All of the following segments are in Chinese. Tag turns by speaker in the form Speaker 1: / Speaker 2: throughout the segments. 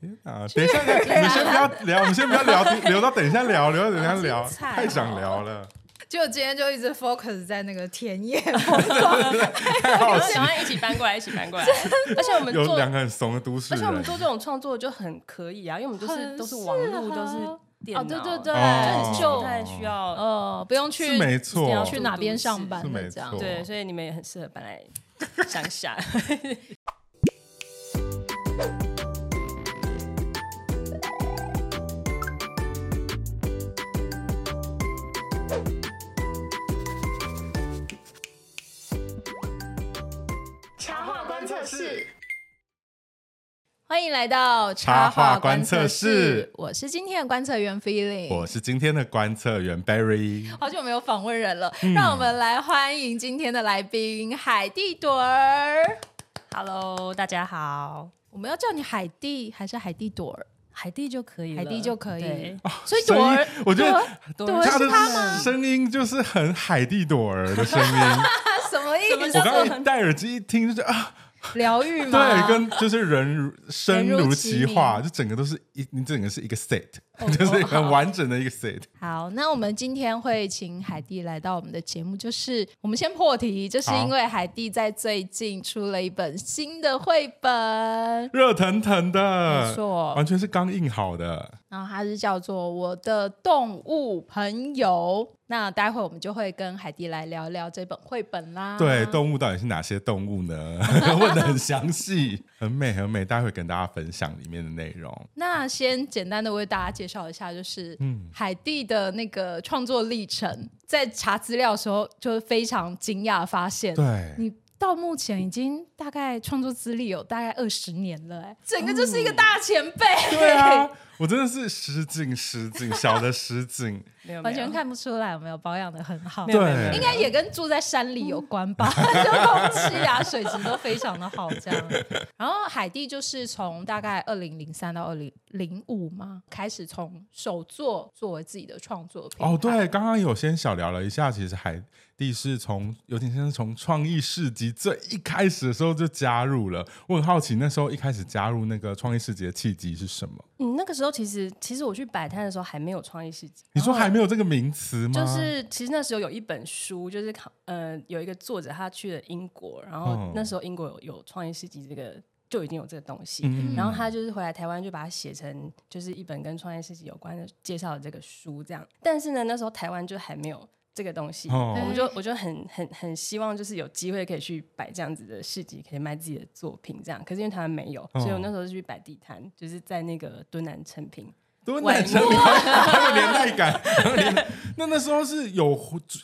Speaker 1: 天哪！啊等一下，我们先不要聊，我们先不要聊，留到等一下聊，留到等一下聊，
Speaker 2: 好精彩哦
Speaker 1: 太想聊了，
Speaker 3: 就今天就一直 focus 在那个田 野，
Speaker 1: 太好
Speaker 2: 我
Speaker 1: 奇
Speaker 2: 喜。欢一起搬过来，一起搬 过来。而且我们
Speaker 1: 有
Speaker 2: 做，
Speaker 1: 两个很怂的都市
Speaker 2: 而且我们
Speaker 1: 人，
Speaker 2: 做这种创作就很可以啊，因为我们都是
Speaker 3: 很
Speaker 2: 都是网
Speaker 3: 适
Speaker 2: 络，
Speaker 3: 合
Speaker 2: 都是电脑，
Speaker 3: 哦对对对
Speaker 2: 就
Speaker 1: 啊哦
Speaker 2: 你就不太需要。
Speaker 3: 呃，不用
Speaker 1: 是
Speaker 3: 去
Speaker 1: 没错，
Speaker 2: 要
Speaker 3: 去哪边上班
Speaker 1: 是没
Speaker 3: 的这样
Speaker 1: 错。
Speaker 2: 对，所以你们也很适合搬来乡下。
Speaker 4: 茶话观测室。
Speaker 3: 欢迎来到
Speaker 1: 插画观测
Speaker 3: 测
Speaker 1: 室，
Speaker 3: 我是今天的观测员 Feeling，
Speaker 1: 我是今天的观测员 Barry，
Speaker 3: 好久没有访问人了，
Speaker 1: 嗯
Speaker 3: 让我们来欢迎今天的来宾海蒂朵儿。
Speaker 2: Hello，大家好，
Speaker 3: 我们要叫你海蒂还是海蒂朵儿？
Speaker 2: 海蒂就可以了，
Speaker 3: 海蒂就可以
Speaker 2: 对
Speaker 3: 所以
Speaker 1: 声
Speaker 3: 朵
Speaker 1: 音
Speaker 3: 儿，
Speaker 1: 我觉得
Speaker 3: 朵儿
Speaker 2: 朵
Speaker 3: 朵
Speaker 2: 儿
Speaker 3: 儿
Speaker 1: 他
Speaker 3: 是
Speaker 1: 的
Speaker 3: 他吗？
Speaker 1: 声音就是很海蒂朵儿的声音。
Speaker 3: 他什么意
Speaker 2: 什么
Speaker 3: 思？
Speaker 1: 我
Speaker 2: 叫
Speaker 1: 刚刚一戴耳机一听就是啊，
Speaker 3: 疗愈吗？
Speaker 1: 对，跟就是人如声
Speaker 3: 人
Speaker 1: 如
Speaker 3: 如
Speaker 1: 其
Speaker 3: 其
Speaker 1: 话，
Speaker 3: 名
Speaker 1: 就整个都是一，你整个是一个 set，就是 很完整的一个 set。
Speaker 3: 好，那我们今天会请海蒂来到我们的节目，就是我们先破题，就是
Speaker 1: 好
Speaker 3: 因为海蒂在最近出了一本新的绘本，
Speaker 1: 热腾腾的，
Speaker 3: 没错
Speaker 1: 完全是刚印好的。
Speaker 3: 然后它是叫做《我的动物朋友》。那待会我们就会跟海蒂来聊聊这本绘本
Speaker 2: 啊
Speaker 3: 啦。
Speaker 1: 对，动物到底是哪些动物呢？ 问的很详细，很美很美，待会跟大家分享里面的内容。
Speaker 3: 那先简单的为大家介绍一下，就是
Speaker 1: 嗯
Speaker 3: 海蒂的那个创作历程。在查资料的时候，就是非常惊讶发现，
Speaker 1: 对，
Speaker 3: 你到目前已经大概创作资历有大概二十年了、哎，嗯整个就是一个大前辈，
Speaker 1: 对啊，我真的是失敬失敬，小的失 敬。
Speaker 2: 没 有
Speaker 3: 完全
Speaker 2: 没有
Speaker 3: 看不出来有没有保养的很好
Speaker 2: 没。有没有没有
Speaker 1: 对
Speaker 3: 应该也跟住在山里有关 吧，就空气啊、水质都非常的好，这样。然后海蒂就是从大概二零零三到二零零五嘛，开始从手作作为自己的创作品牌
Speaker 1: 哦，对，刚刚有先小聊了一下，其实海蒂是从有点像是从创意市集最一开始的时候就加入了。我很好奇，那时候一开始加入那个创意市集的契机是什么？
Speaker 2: 嗯，那个时候其实其实我去摆摊的时候还没有创意市集，
Speaker 1: 你说还没有这个名词吗？
Speaker 2: 就是其实那时候有一本书，就是考呃有一个作者他去了英国，然后
Speaker 1: 嗯
Speaker 2: 那时候英国有有创意市集这个就已经有这个东西，
Speaker 1: 嗯
Speaker 2: 然后他就是回来台湾就把它写成就是一本跟创业市集有关的介绍的这个书这样。但是呢，那时候台湾就还没有这个东西，
Speaker 1: 哦
Speaker 2: 我就我就很很很希望就是有机会可以去摆这样子的市集，可以卖自己的作品这样。可是因为台湾没有，
Speaker 1: 哦
Speaker 2: 所以我那时候就去摆地摊，就是在那个敦南成品。
Speaker 1: 多
Speaker 2: 晚
Speaker 1: 难成品， 还有年代感。 那那时候是有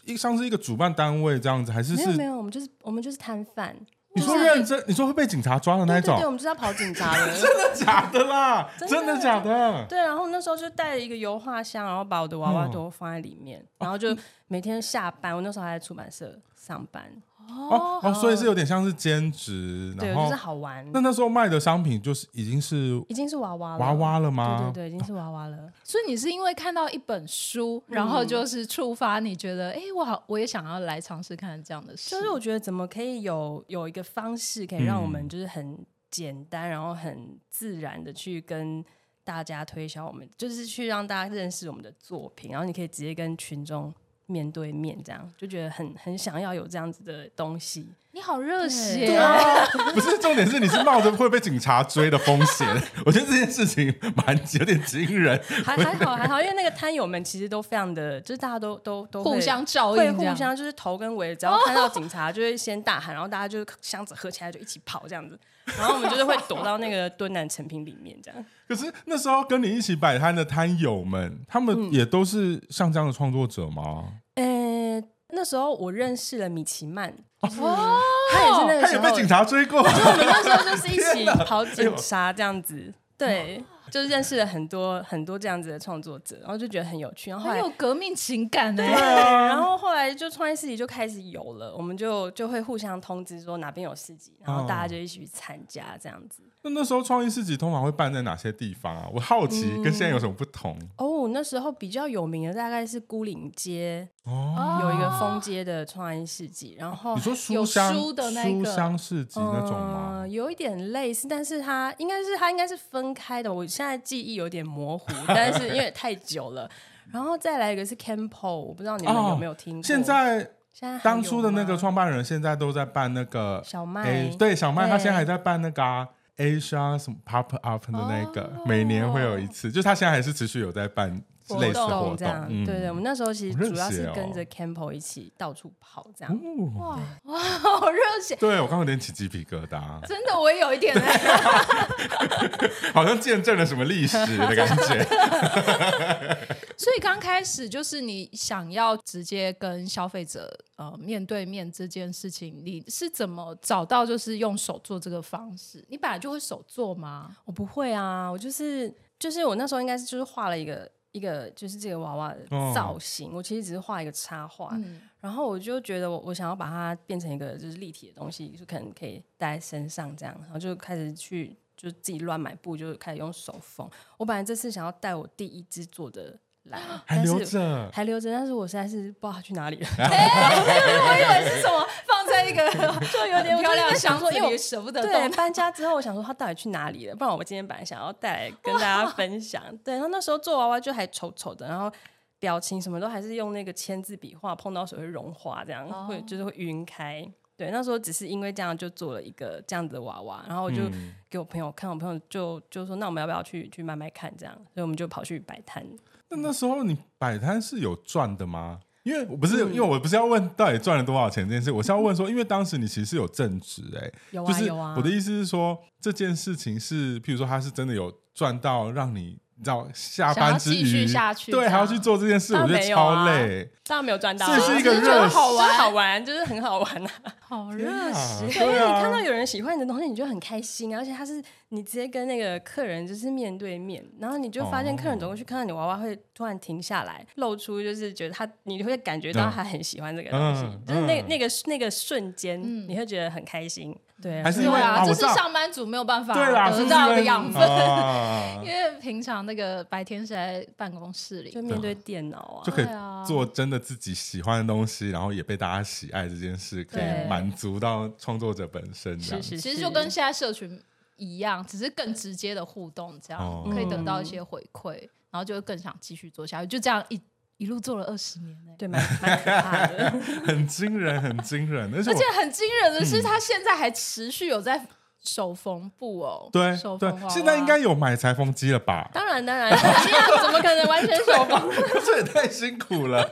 Speaker 1: 一像是一个主办单位这样子，还是
Speaker 2: 没有没
Speaker 1: 是
Speaker 2: 有，我们就是我们就是摊贩，
Speaker 1: 你说认真？你说会被警察抓的那
Speaker 2: 对
Speaker 1: 一
Speaker 2: 对对，我
Speaker 1: 种？
Speaker 2: 们就是要跑警察的。
Speaker 1: 真的假的啦？真
Speaker 2: 真的哦
Speaker 1: 的假的？
Speaker 2: 对，然后那时候就带了一个油画箱，然后把我的娃娃
Speaker 1: 嗯
Speaker 2: 都放在里面，然后就每天下班，我那时候还在出版社上班，
Speaker 1: 哦哦，所以是有点像是兼职，
Speaker 2: 对，
Speaker 1: 然
Speaker 2: 我就
Speaker 1: 后
Speaker 2: 是好玩。
Speaker 1: 那那时候卖的商品就是已经是
Speaker 2: 已经是娃娃了，
Speaker 1: 娃娃了吗？
Speaker 2: 对对对，已经是娃娃了。
Speaker 3: 所以你是因为看到一本书，然后就是触发你觉得，哎、我好，我也想要来尝试看这样的事。
Speaker 2: 就是我觉得怎么可以有有一个方式，可以让我
Speaker 1: 嗯
Speaker 2: 们就是很简单，然后很自然的去跟大家推销我们，就是去让大家认识我们的作品，然后你可以直接跟群众面对面，这样就觉得很很想要有这样子的东西。
Speaker 3: 你好热血、
Speaker 2: 对
Speaker 3: 啊，
Speaker 1: 啊， 不是重点是你是冒着会被警察追的风险， 我觉得这件事情蛮有点惊人。
Speaker 2: 还还好还好，因为那个摊友们其实都非常的，就是大家都都 都会
Speaker 3: 互相照
Speaker 2: 会
Speaker 3: 应，这
Speaker 2: 互
Speaker 3: 样。
Speaker 2: 相就是头跟尾，只要看到警察就会先大喊，然后大家就箱子合起来就一起跑这样子，然后我们就是会躲到那个敦南成品里面这样。
Speaker 1: 可是那时候跟你一起摆摊的摊友们，他
Speaker 2: 嗯
Speaker 1: 们也都是像这样的创作者吗？
Speaker 2: 呃，那时候我认识了米奇曼，
Speaker 3: 哦，
Speaker 2: 他也是那个
Speaker 1: 他
Speaker 2: 时
Speaker 1: 也
Speaker 2: 候
Speaker 1: 被警察哎追过，
Speaker 2: 我们那时候就是一起跑警察这样子，对，就认识了很多很多这样子的创作者，然后就觉得很有趣，然后后
Speaker 3: 很
Speaker 2: 来
Speaker 3: 有革命情感呢、
Speaker 1: 对啊
Speaker 2: 然后后来就创业市集就开始有了，我们就就会互相通知说哪边有市集，然后大家
Speaker 1: 哦
Speaker 2: 就一起去参加这样子。嗯
Speaker 1: 那那时候创意市集通常会办在哪些地方啊？我好奇跟现在有什么不同？
Speaker 2: 哦，武那时候比较有名的大概是孤岭街
Speaker 1: 哦，
Speaker 2: 有一个封街的创安市集，然后
Speaker 1: 你说书
Speaker 3: 有
Speaker 1: 香
Speaker 3: 书的那个
Speaker 1: 书香市集那种吗？
Speaker 2: 嗯，有一点类似，但是它应该是它应该是分开的。我现在记忆有点模糊，但是因为太久了。然后再来一个是 Campo，我不知道你们有没有听过。
Speaker 1: 哦现在
Speaker 2: 现在还
Speaker 1: 当初的那
Speaker 2: 有
Speaker 1: 个
Speaker 2: 吗
Speaker 1: 创办人现在都在办那个
Speaker 2: 小麦
Speaker 1: A- 对小麦，
Speaker 2: 对
Speaker 1: 他现在还在办那个、啊、Asia 什么 Pop Up 的那个，
Speaker 3: 哦
Speaker 1: 每年会有一次，就是他现在还是持续有在办
Speaker 2: 活
Speaker 1: 类似的活
Speaker 2: 动
Speaker 1: 动，
Speaker 2: 这样，
Speaker 1: 嗯、
Speaker 2: 对对，我们那时候其实
Speaker 1: 好热
Speaker 2: 主要是
Speaker 1: 血哦
Speaker 2: 跟着 Campo 一起到处跑这样。
Speaker 1: 哦
Speaker 3: 哇哇， 好热血！
Speaker 1: 对我刚刚有点起鸡皮疙瘩，
Speaker 3: 真的，我也有一点呢。
Speaker 1: 好像见证了什么历史的 感觉。
Speaker 3: 所以刚开始就是你想要直接跟消费者呃面对面这件事情，你是怎么找到就是用手做这个方式？你本来就会手做吗？
Speaker 2: 我不会啊，我就是就是我那时候应该是就是画了一个一个就是这个娃娃的
Speaker 1: 哦
Speaker 2: 造型，我其实只是画一个插画，
Speaker 3: 嗯，
Speaker 2: 然后我就觉得我我想要把它变成一个就是立体的东西，就可能可以戴在身上这样，然后就开始去就自己乱买布，就开始用手缝。我本来这次想要带我第一只做的 来，
Speaker 1: 还
Speaker 2: 但是
Speaker 1: 留着，
Speaker 2: 还留着，但是我实在是不知道它去哪里了，
Speaker 3: 我以为是什么放在一 个
Speaker 2: 就有点
Speaker 3: 漂亮的箱子
Speaker 2: 因为
Speaker 3: 里
Speaker 2: 我
Speaker 3: 舍不得
Speaker 2: 对，
Speaker 3: 动。
Speaker 2: 搬家之后我想说它到底去哪里了，不然我今天本来想要带来跟大家分享。对，然后那时候做娃娃就还丑丑的，然后表情什么都还是用那个签字笔画，碰到手会融化，这样、
Speaker 3: 哦
Speaker 2: 会就是会晕开。对，那时候只是因为这样就做了一个这样子的娃娃，然后我就
Speaker 1: 嗯
Speaker 2: 给我朋友看，我朋友就就说那我们要不要去去卖卖看这样，所以我们就跑去摆摊。
Speaker 1: 那那时候你摆摊是有赚的吗？因为我不
Speaker 3: 嗯
Speaker 1: 是，因为我不是要问到底赚了多少钱这件事，我是要问说，因为当时你其实有正职哎、
Speaker 2: 有
Speaker 1: 就
Speaker 2: 啊
Speaker 1: 是
Speaker 2: 有啊，
Speaker 1: 我的意思是说，这件事情是，譬如说他是真的有赚到让你你知道下班之
Speaker 3: 想要继续
Speaker 1: 余
Speaker 3: 下去这
Speaker 1: 对，
Speaker 3: 样
Speaker 1: 还要去做这件事，
Speaker 2: 当
Speaker 1: 我
Speaker 2: 然
Speaker 1: 觉得
Speaker 2: 没有啊
Speaker 1: 超累。
Speaker 2: 当然没有赚到，啊
Speaker 1: 这是一个
Speaker 2: 只觉得
Speaker 1: 热
Speaker 2: 好玩，
Speaker 3: 血
Speaker 2: 好玩就是很好玩啊。
Speaker 3: 好
Speaker 1: 天
Speaker 3: 热
Speaker 1: 啊
Speaker 3: 血！
Speaker 2: 对，因为
Speaker 1: 对
Speaker 2: 你看到
Speaker 1: 啊，
Speaker 2: 有人喜欢你的东西，你就很开心啊，而且他是你直接跟那个客人就是面对面，然后你就发现
Speaker 1: 哦
Speaker 2: 客人走过去看到你娃娃会突然停下来，露出就是觉得他，你会感觉到
Speaker 1: 嗯
Speaker 2: 他很喜欢这个东西，
Speaker 1: 嗯
Speaker 2: 就是那
Speaker 1: 嗯
Speaker 2: 那个那个瞬间，
Speaker 3: 嗯
Speaker 2: 你会觉得很开心。对啊，
Speaker 1: 还是因
Speaker 3: 对
Speaker 1: 为
Speaker 3: 啊，
Speaker 1: 啊
Speaker 3: 这
Speaker 1: 我
Speaker 3: 是
Speaker 1: 知道
Speaker 3: 上班族没有办法
Speaker 1: 对啊啦，是不
Speaker 3: 得
Speaker 1: 是
Speaker 3: 到
Speaker 1: 因
Speaker 3: 的
Speaker 1: 为
Speaker 3: 养分，
Speaker 1: 啊
Speaker 3: 因为平常那个白天是在办公室里
Speaker 2: 就，面对电脑啊
Speaker 1: 就，可以
Speaker 3: 对啊
Speaker 1: 做真的自己喜欢的东西，然后也被大家喜爱这件事，可
Speaker 3: 对
Speaker 1: 以满足到创作者本身这样。
Speaker 2: 是
Speaker 3: 其实就跟现在社群一样，只是更直接的互动，这样、
Speaker 1: 哦
Speaker 3: 可以得到一些回馈，然后就会更想继续做下去。就这样一一路做了二十年、欸，
Speaker 2: 对蛮蛮可怕的。
Speaker 1: 很惊人，很惊人，而且
Speaker 3: 而
Speaker 1: 我
Speaker 3: 且很惊人的
Speaker 1: 嗯
Speaker 3: 是，他现在还持续有在手缝布哦，
Speaker 1: 对
Speaker 3: 手缝娃
Speaker 1: 对，
Speaker 3: 娃
Speaker 1: 现在应该有买裁缝机了吧？
Speaker 2: 当然当然， 这样怎么可能完全手 工？
Speaker 1: 这也太辛苦 了。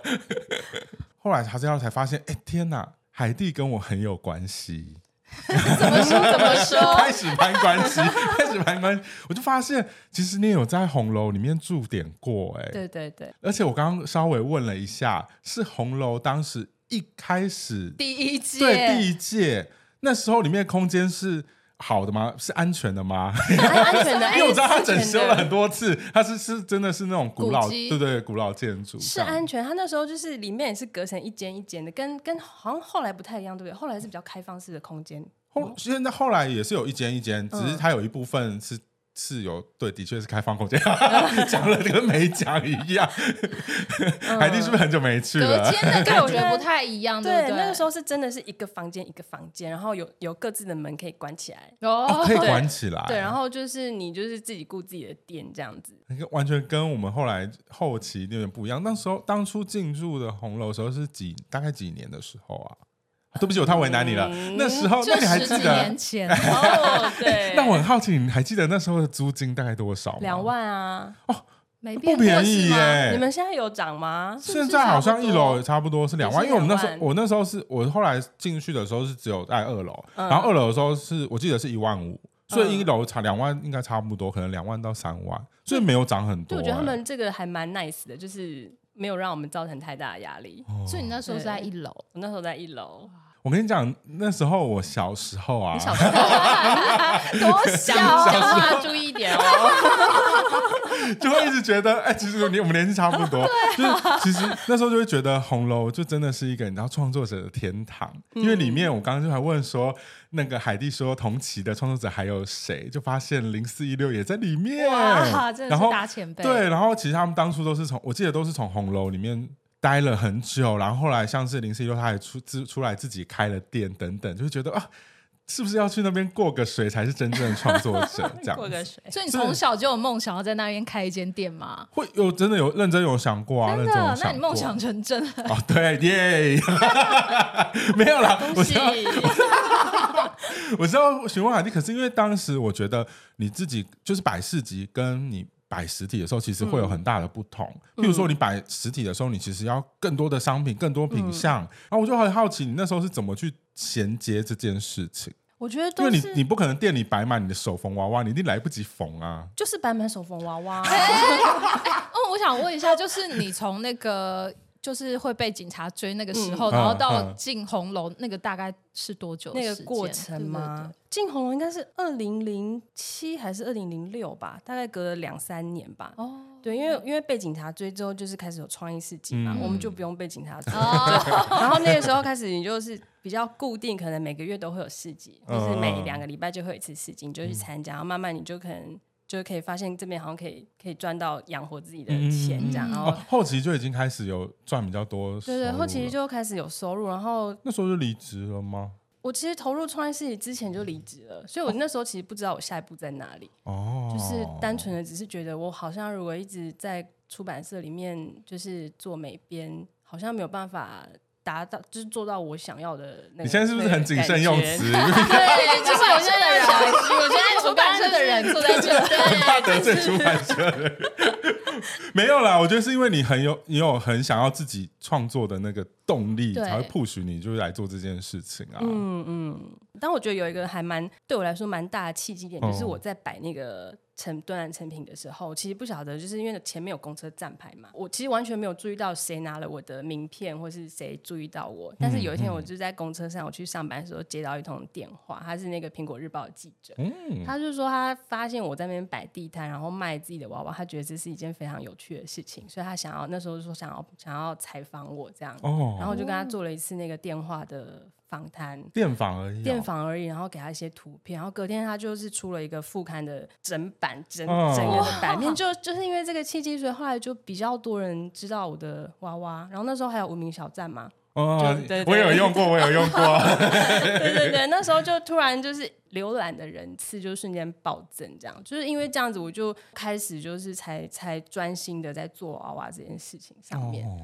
Speaker 1: 后来查资料才发现，哎、天哪，海蒂跟我很有关系。
Speaker 3: 怎么说怎么
Speaker 1: 开
Speaker 3: 说，
Speaker 1: 始攀关系， 开始攀关系，我就发现其实你也有在红楼里面驻点过、哎，
Speaker 2: 对对对，
Speaker 1: 而且我刚刚稍微问了一下，是红楼当时一开始
Speaker 3: 第一届
Speaker 1: 对第一届那时候里面空间是好的吗？是安全的吗？
Speaker 2: 安安全的，
Speaker 1: 因为我知道它
Speaker 2: 安全
Speaker 1: 整
Speaker 2: 的
Speaker 1: 修了很多次，它是是真的是那种古老，
Speaker 3: 古迹
Speaker 1: 对对，古老建筑
Speaker 2: 是
Speaker 1: 这样
Speaker 2: 安全，它那时候就是里面也是隔成一间一间的，跟跟好像后来不太一样，对不对？后来是比较开放式的空间，
Speaker 3: 嗯
Speaker 1: 后现在后来也是有一间一间，只是
Speaker 2: 嗯
Speaker 1: 它有一部分是。是有对，的确是开放空间， 讲了跟没讲一样。海蒂是不是很久没去
Speaker 3: 隔
Speaker 1: 了？
Speaker 3: 间的感觉不太一 样，不对？
Speaker 2: 那个时
Speaker 3: 候
Speaker 2: 候是真的是一个房间一个房间，然后有有各自的门可以关起来，
Speaker 1: 哦，
Speaker 3: 哦，
Speaker 1: 可以
Speaker 2: 对
Speaker 1: 管起来。
Speaker 2: 对，然后就是你就是自己顾自己的店这样子，
Speaker 1: 完全跟我们后来后期有点不一样。那时候当初进入的红楼的时候是几大概几年的时候啊？对不起，我太为难你了。
Speaker 2: 嗯
Speaker 1: 那时候，
Speaker 3: 就
Speaker 1: 那你还
Speaker 3: 十
Speaker 1: 记
Speaker 3: 几
Speaker 1: 得
Speaker 3: 年？前，
Speaker 2: 哦，对
Speaker 1: 那我很好奇，你还记得那时候的租金大概多少吗？
Speaker 2: 两万啊，
Speaker 3: 没
Speaker 1: 不
Speaker 3: 变过
Speaker 1: 便
Speaker 3: 是
Speaker 1: 宜
Speaker 3: 吗？
Speaker 1: 耶！
Speaker 2: 你们现在有涨吗？
Speaker 3: 是不
Speaker 1: 现
Speaker 3: 是
Speaker 1: 在好
Speaker 3: 差
Speaker 1: 像
Speaker 3: 不
Speaker 1: 一
Speaker 3: 多
Speaker 1: 楼也差不多是两万，因
Speaker 2: 也
Speaker 1: 为
Speaker 2: 是
Speaker 1: 我们那
Speaker 2: 两
Speaker 1: 时
Speaker 2: 万
Speaker 1: 候我那时候是我后来进去的时候是只有在二楼，
Speaker 2: 嗯
Speaker 1: 然后二楼的时候是我记得是一万五，所以
Speaker 2: 嗯
Speaker 1: 一楼差两万应该差不多，可能两万到三万，所以没有涨很多、
Speaker 2: 对，我觉得他
Speaker 1: 欸
Speaker 2: 们这个还蛮 nice 的，就是没有让我们造成太大的压力。
Speaker 1: 哦
Speaker 3: 所以你那时候是在一楼，
Speaker 2: 我那时候在一楼，
Speaker 1: 我跟你讲，那时候我小时候啊，
Speaker 2: 你小时候
Speaker 3: 多
Speaker 2: 讲
Speaker 3: 小
Speaker 2: 讲
Speaker 3: 啊！
Speaker 2: 话注意一点哦，
Speaker 1: 就会一直觉得，哎、其实你我们年纪差不 多，
Speaker 3: 啊
Speaker 1: 就是其实那时候就会觉得红楼就真的是一个你知道创作者的天堂，
Speaker 3: 嗯
Speaker 1: 因为里面我刚刚就还问说，那个海蒂说同期的创作者还有谁，就发现零四一六也在里面，
Speaker 3: 哇，真的
Speaker 1: 然
Speaker 3: 是
Speaker 1: 后
Speaker 3: 大前辈。
Speaker 1: 对，然后其实他们当初都是从我记得都是从红楼里面待了很久，然后后来像是零四一六他还出自出来自己开了店等等，就会觉得啊，是不是要去那边过个水才是真正的创作者这样
Speaker 2: 过个
Speaker 1: 子？
Speaker 2: 水。
Speaker 3: 所以你从小就有梦想要在那边开一间店吗？
Speaker 1: 会有真的有认真有想过啊，
Speaker 3: 真
Speaker 1: 认真有
Speaker 3: 的
Speaker 1: 想？过。
Speaker 3: 那你梦想成真 了。
Speaker 1: 哦，对耶， 没有啦， 我
Speaker 2: 恭
Speaker 1: 知
Speaker 2: 喜
Speaker 1: 道， 我知道询问海蒂，可是因为当时我觉得你自己就是摆市集跟你。摆实体的时候，其实会有很大的不同。
Speaker 2: 嗯
Speaker 1: 譬如说，你摆实体的时候，你其实要更多的商品、更多品相。
Speaker 2: 嗯
Speaker 1: 然后我就很好奇，你那时候是怎么去衔接这件事情？
Speaker 2: 我觉得
Speaker 1: 因为
Speaker 2: 都
Speaker 1: 你
Speaker 2: 是
Speaker 1: 你不可能店里摆满你的手缝娃娃，你一定来不及缝啊。
Speaker 2: 就是摆满手缝娃娃，啊
Speaker 3: 哦，我想问一下，就是你从那个就是会被警察追那个时候，
Speaker 1: 嗯
Speaker 3: 然后
Speaker 1: 嗯
Speaker 3: 到
Speaker 1: 嗯
Speaker 3: 进红楼，那个大概是多久的
Speaker 2: 那个
Speaker 3: 时间
Speaker 2: 过程？
Speaker 3: 对对
Speaker 2: 吗
Speaker 3: 对？
Speaker 2: 进红楼应该是二零零七还是二零零六吧，大概隔了两三年吧。
Speaker 3: 哦，
Speaker 2: 对，因为因为被警察追之后，就是开始有创意市集嘛，
Speaker 1: 嗯
Speaker 2: 我们就不用被警察 追。
Speaker 3: 哦，
Speaker 2: 然后那个时候开始，你就是比较固定，可能每个月都会有市集，就是
Speaker 3: 嗯
Speaker 2: 每两个礼拜就会有一次市集，你就去参加。然后慢慢你就可能就可以发现这边好像可以可以赚到养活自己的钱这样。
Speaker 3: 嗯
Speaker 2: 然后
Speaker 1: 哦，后期就已经开始有赚比较多收
Speaker 2: 对
Speaker 1: 入了。
Speaker 2: 对，后期就开始有收入。然后
Speaker 1: 那时候就离职了吗？
Speaker 2: 我其实投入创业市集之前就离职了，所以我那时候其实不知道我下一步在哪里。
Speaker 1: 哦，
Speaker 2: 就是单纯的只是觉得我好像如果一直在出版社里面就是做美编，好像没有办法达到，就是做到我想要的那个。
Speaker 1: 你现在是不是很谨慎用 词？
Speaker 2: 对，就是有些人想，
Speaker 3: 我现在出版社的人坐在这，
Speaker 1: 很怕得罪出版社的人。没有啦，我觉得是因为你很有，你有很想要自己创作的那个动力，
Speaker 3: 对
Speaker 1: 才会 push 你，就是来做这件事情啊。
Speaker 2: 嗯嗯。但我觉得有一个还蛮对我来说蛮大的契机点，就是
Speaker 1: 哦
Speaker 2: 我在摆那个成端然成品的时候，其实不晓得，就是因为前面有公车站牌嘛，我其实完全没有注意到谁拿了我的名片，或是谁注意到我。
Speaker 1: 嗯
Speaker 2: 但是有一天，我就在公车上，我去上班的时候接到一通电话，他是那个苹果日报的记者，
Speaker 1: 嗯，
Speaker 2: 他就说他发现我在那边摆地摊，然后卖自己的娃娃，他觉得这是一件非常有趣的事情，所以他想要那时候就说想要想要采访我这样，
Speaker 1: 哦，
Speaker 2: 然后我就跟他做了一次那个电话的访谈。
Speaker 1: 电访而已、哦，
Speaker 2: 电访而已，然后给他一些图片，然后隔天他就是出了一个副刊的整版整
Speaker 1: 哦
Speaker 2: 整个的版面，就就是因为这个契机，所以后来就比较多人知道我的娃娃。然后那时候还有无名小站嘛，
Speaker 1: 哦
Speaker 2: 就对对，
Speaker 1: 我有用过，我有 用过。
Speaker 2: 对对对，那时候就突然就是浏览的人次就瞬间暴增，这样就是因为这样子，我就开始就是才才专心的在做娃娃这件事情上面。
Speaker 1: 哦，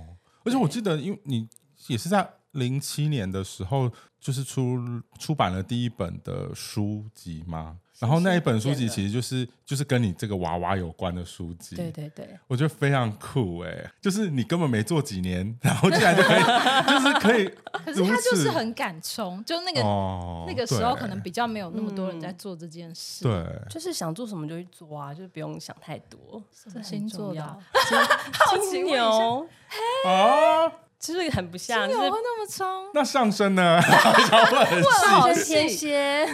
Speaker 1: 而且我记得，因为你也是在零七年的时候，就是出出版了第一本的书籍嘛。然后那一本书籍其实就是就是跟你这个娃娃有关的书籍，
Speaker 2: 对对对，
Speaker 1: 我觉得非常酷哎、就是你根本没做几年，然后竟然就可以，就是可以
Speaker 3: 可是
Speaker 1: 如此，
Speaker 3: 他就是很敢冲，就那个
Speaker 1: 哦，
Speaker 3: 那个时候
Speaker 1: 对嗯
Speaker 3: 可能比较没有那么多人在做这件事。，
Speaker 1: 对。
Speaker 2: 就是想做什么就去做啊，就是不用想太多。
Speaker 3: 这星座的啊
Speaker 2: 金牛
Speaker 1: 哦，
Speaker 2: 就是很不像，
Speaker 3: 有
Speaker 2: 就
Speaker 3: 会
Speaker 2: 是
Speaker 3: 那么冲
Speaker 1: 那上升呢？ 想问
Speaker 3: 好
Speaker 2: 是天蝎，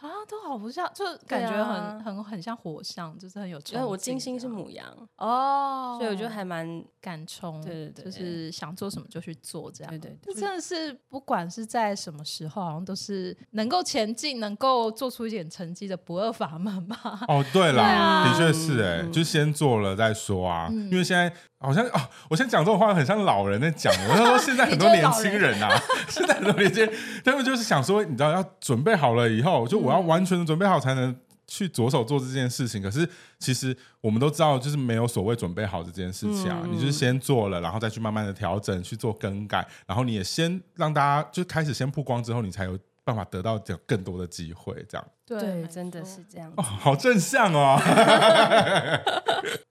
Speaker 3: 啊？都好不像，就感觉
Speaker 2: 对啊
Speaker 3: 很很很像火象，就是很有冲劲
Speaker 2: 因
Speaker 3: 这
Speaker 2: 为
Speaker 3: 样。
Speaker 2: 我金星是母羊，
Speaker 3: 哦，
Speaker 2: 所以我觉得还蛮
Speaker 3: 敢冲，
Speaker 2: 对对对
Speaker 3: 就是想做什么就去做，这样。
Speaker 2: 对对
Speaker 3: 这
Speaker 2: 对，
Speaker 3: 真的是不管是在什么时候，好像都是能够前进、能够做出一点成绩的不二法门吧。
Speaker 1: 哦，对啦，
Speaker 3: 对啊
Speaker 1: 的确是哎、就先做了再说啊，因为现在好像啊，我现在讲这种话很像老人在讲，我 就说现在很多
Speaker 3: 你
Speaker 1: 年
Speaker 3: 就是老人
Speaker 1: 轻人啊， 现在很多年轻人，他们就是想说，你知道要准备好了以后，就我要完全的准备好才能。去着手做这件事情，可是其实我们都知道，就是没有所谓准备好这件事情啊。你就是先做了，然后再去慢慢的调整，去做更改，然后你也先让大家就开始先曝光之后，你才有办法得到这更多的机会。这样
Speaker 2: 对，
Speaker 3: 没
Speaker 2: 真的
Speaker 3: 错
Speaker 2: 是这样
Speaker 1: 哦，。好正向哦。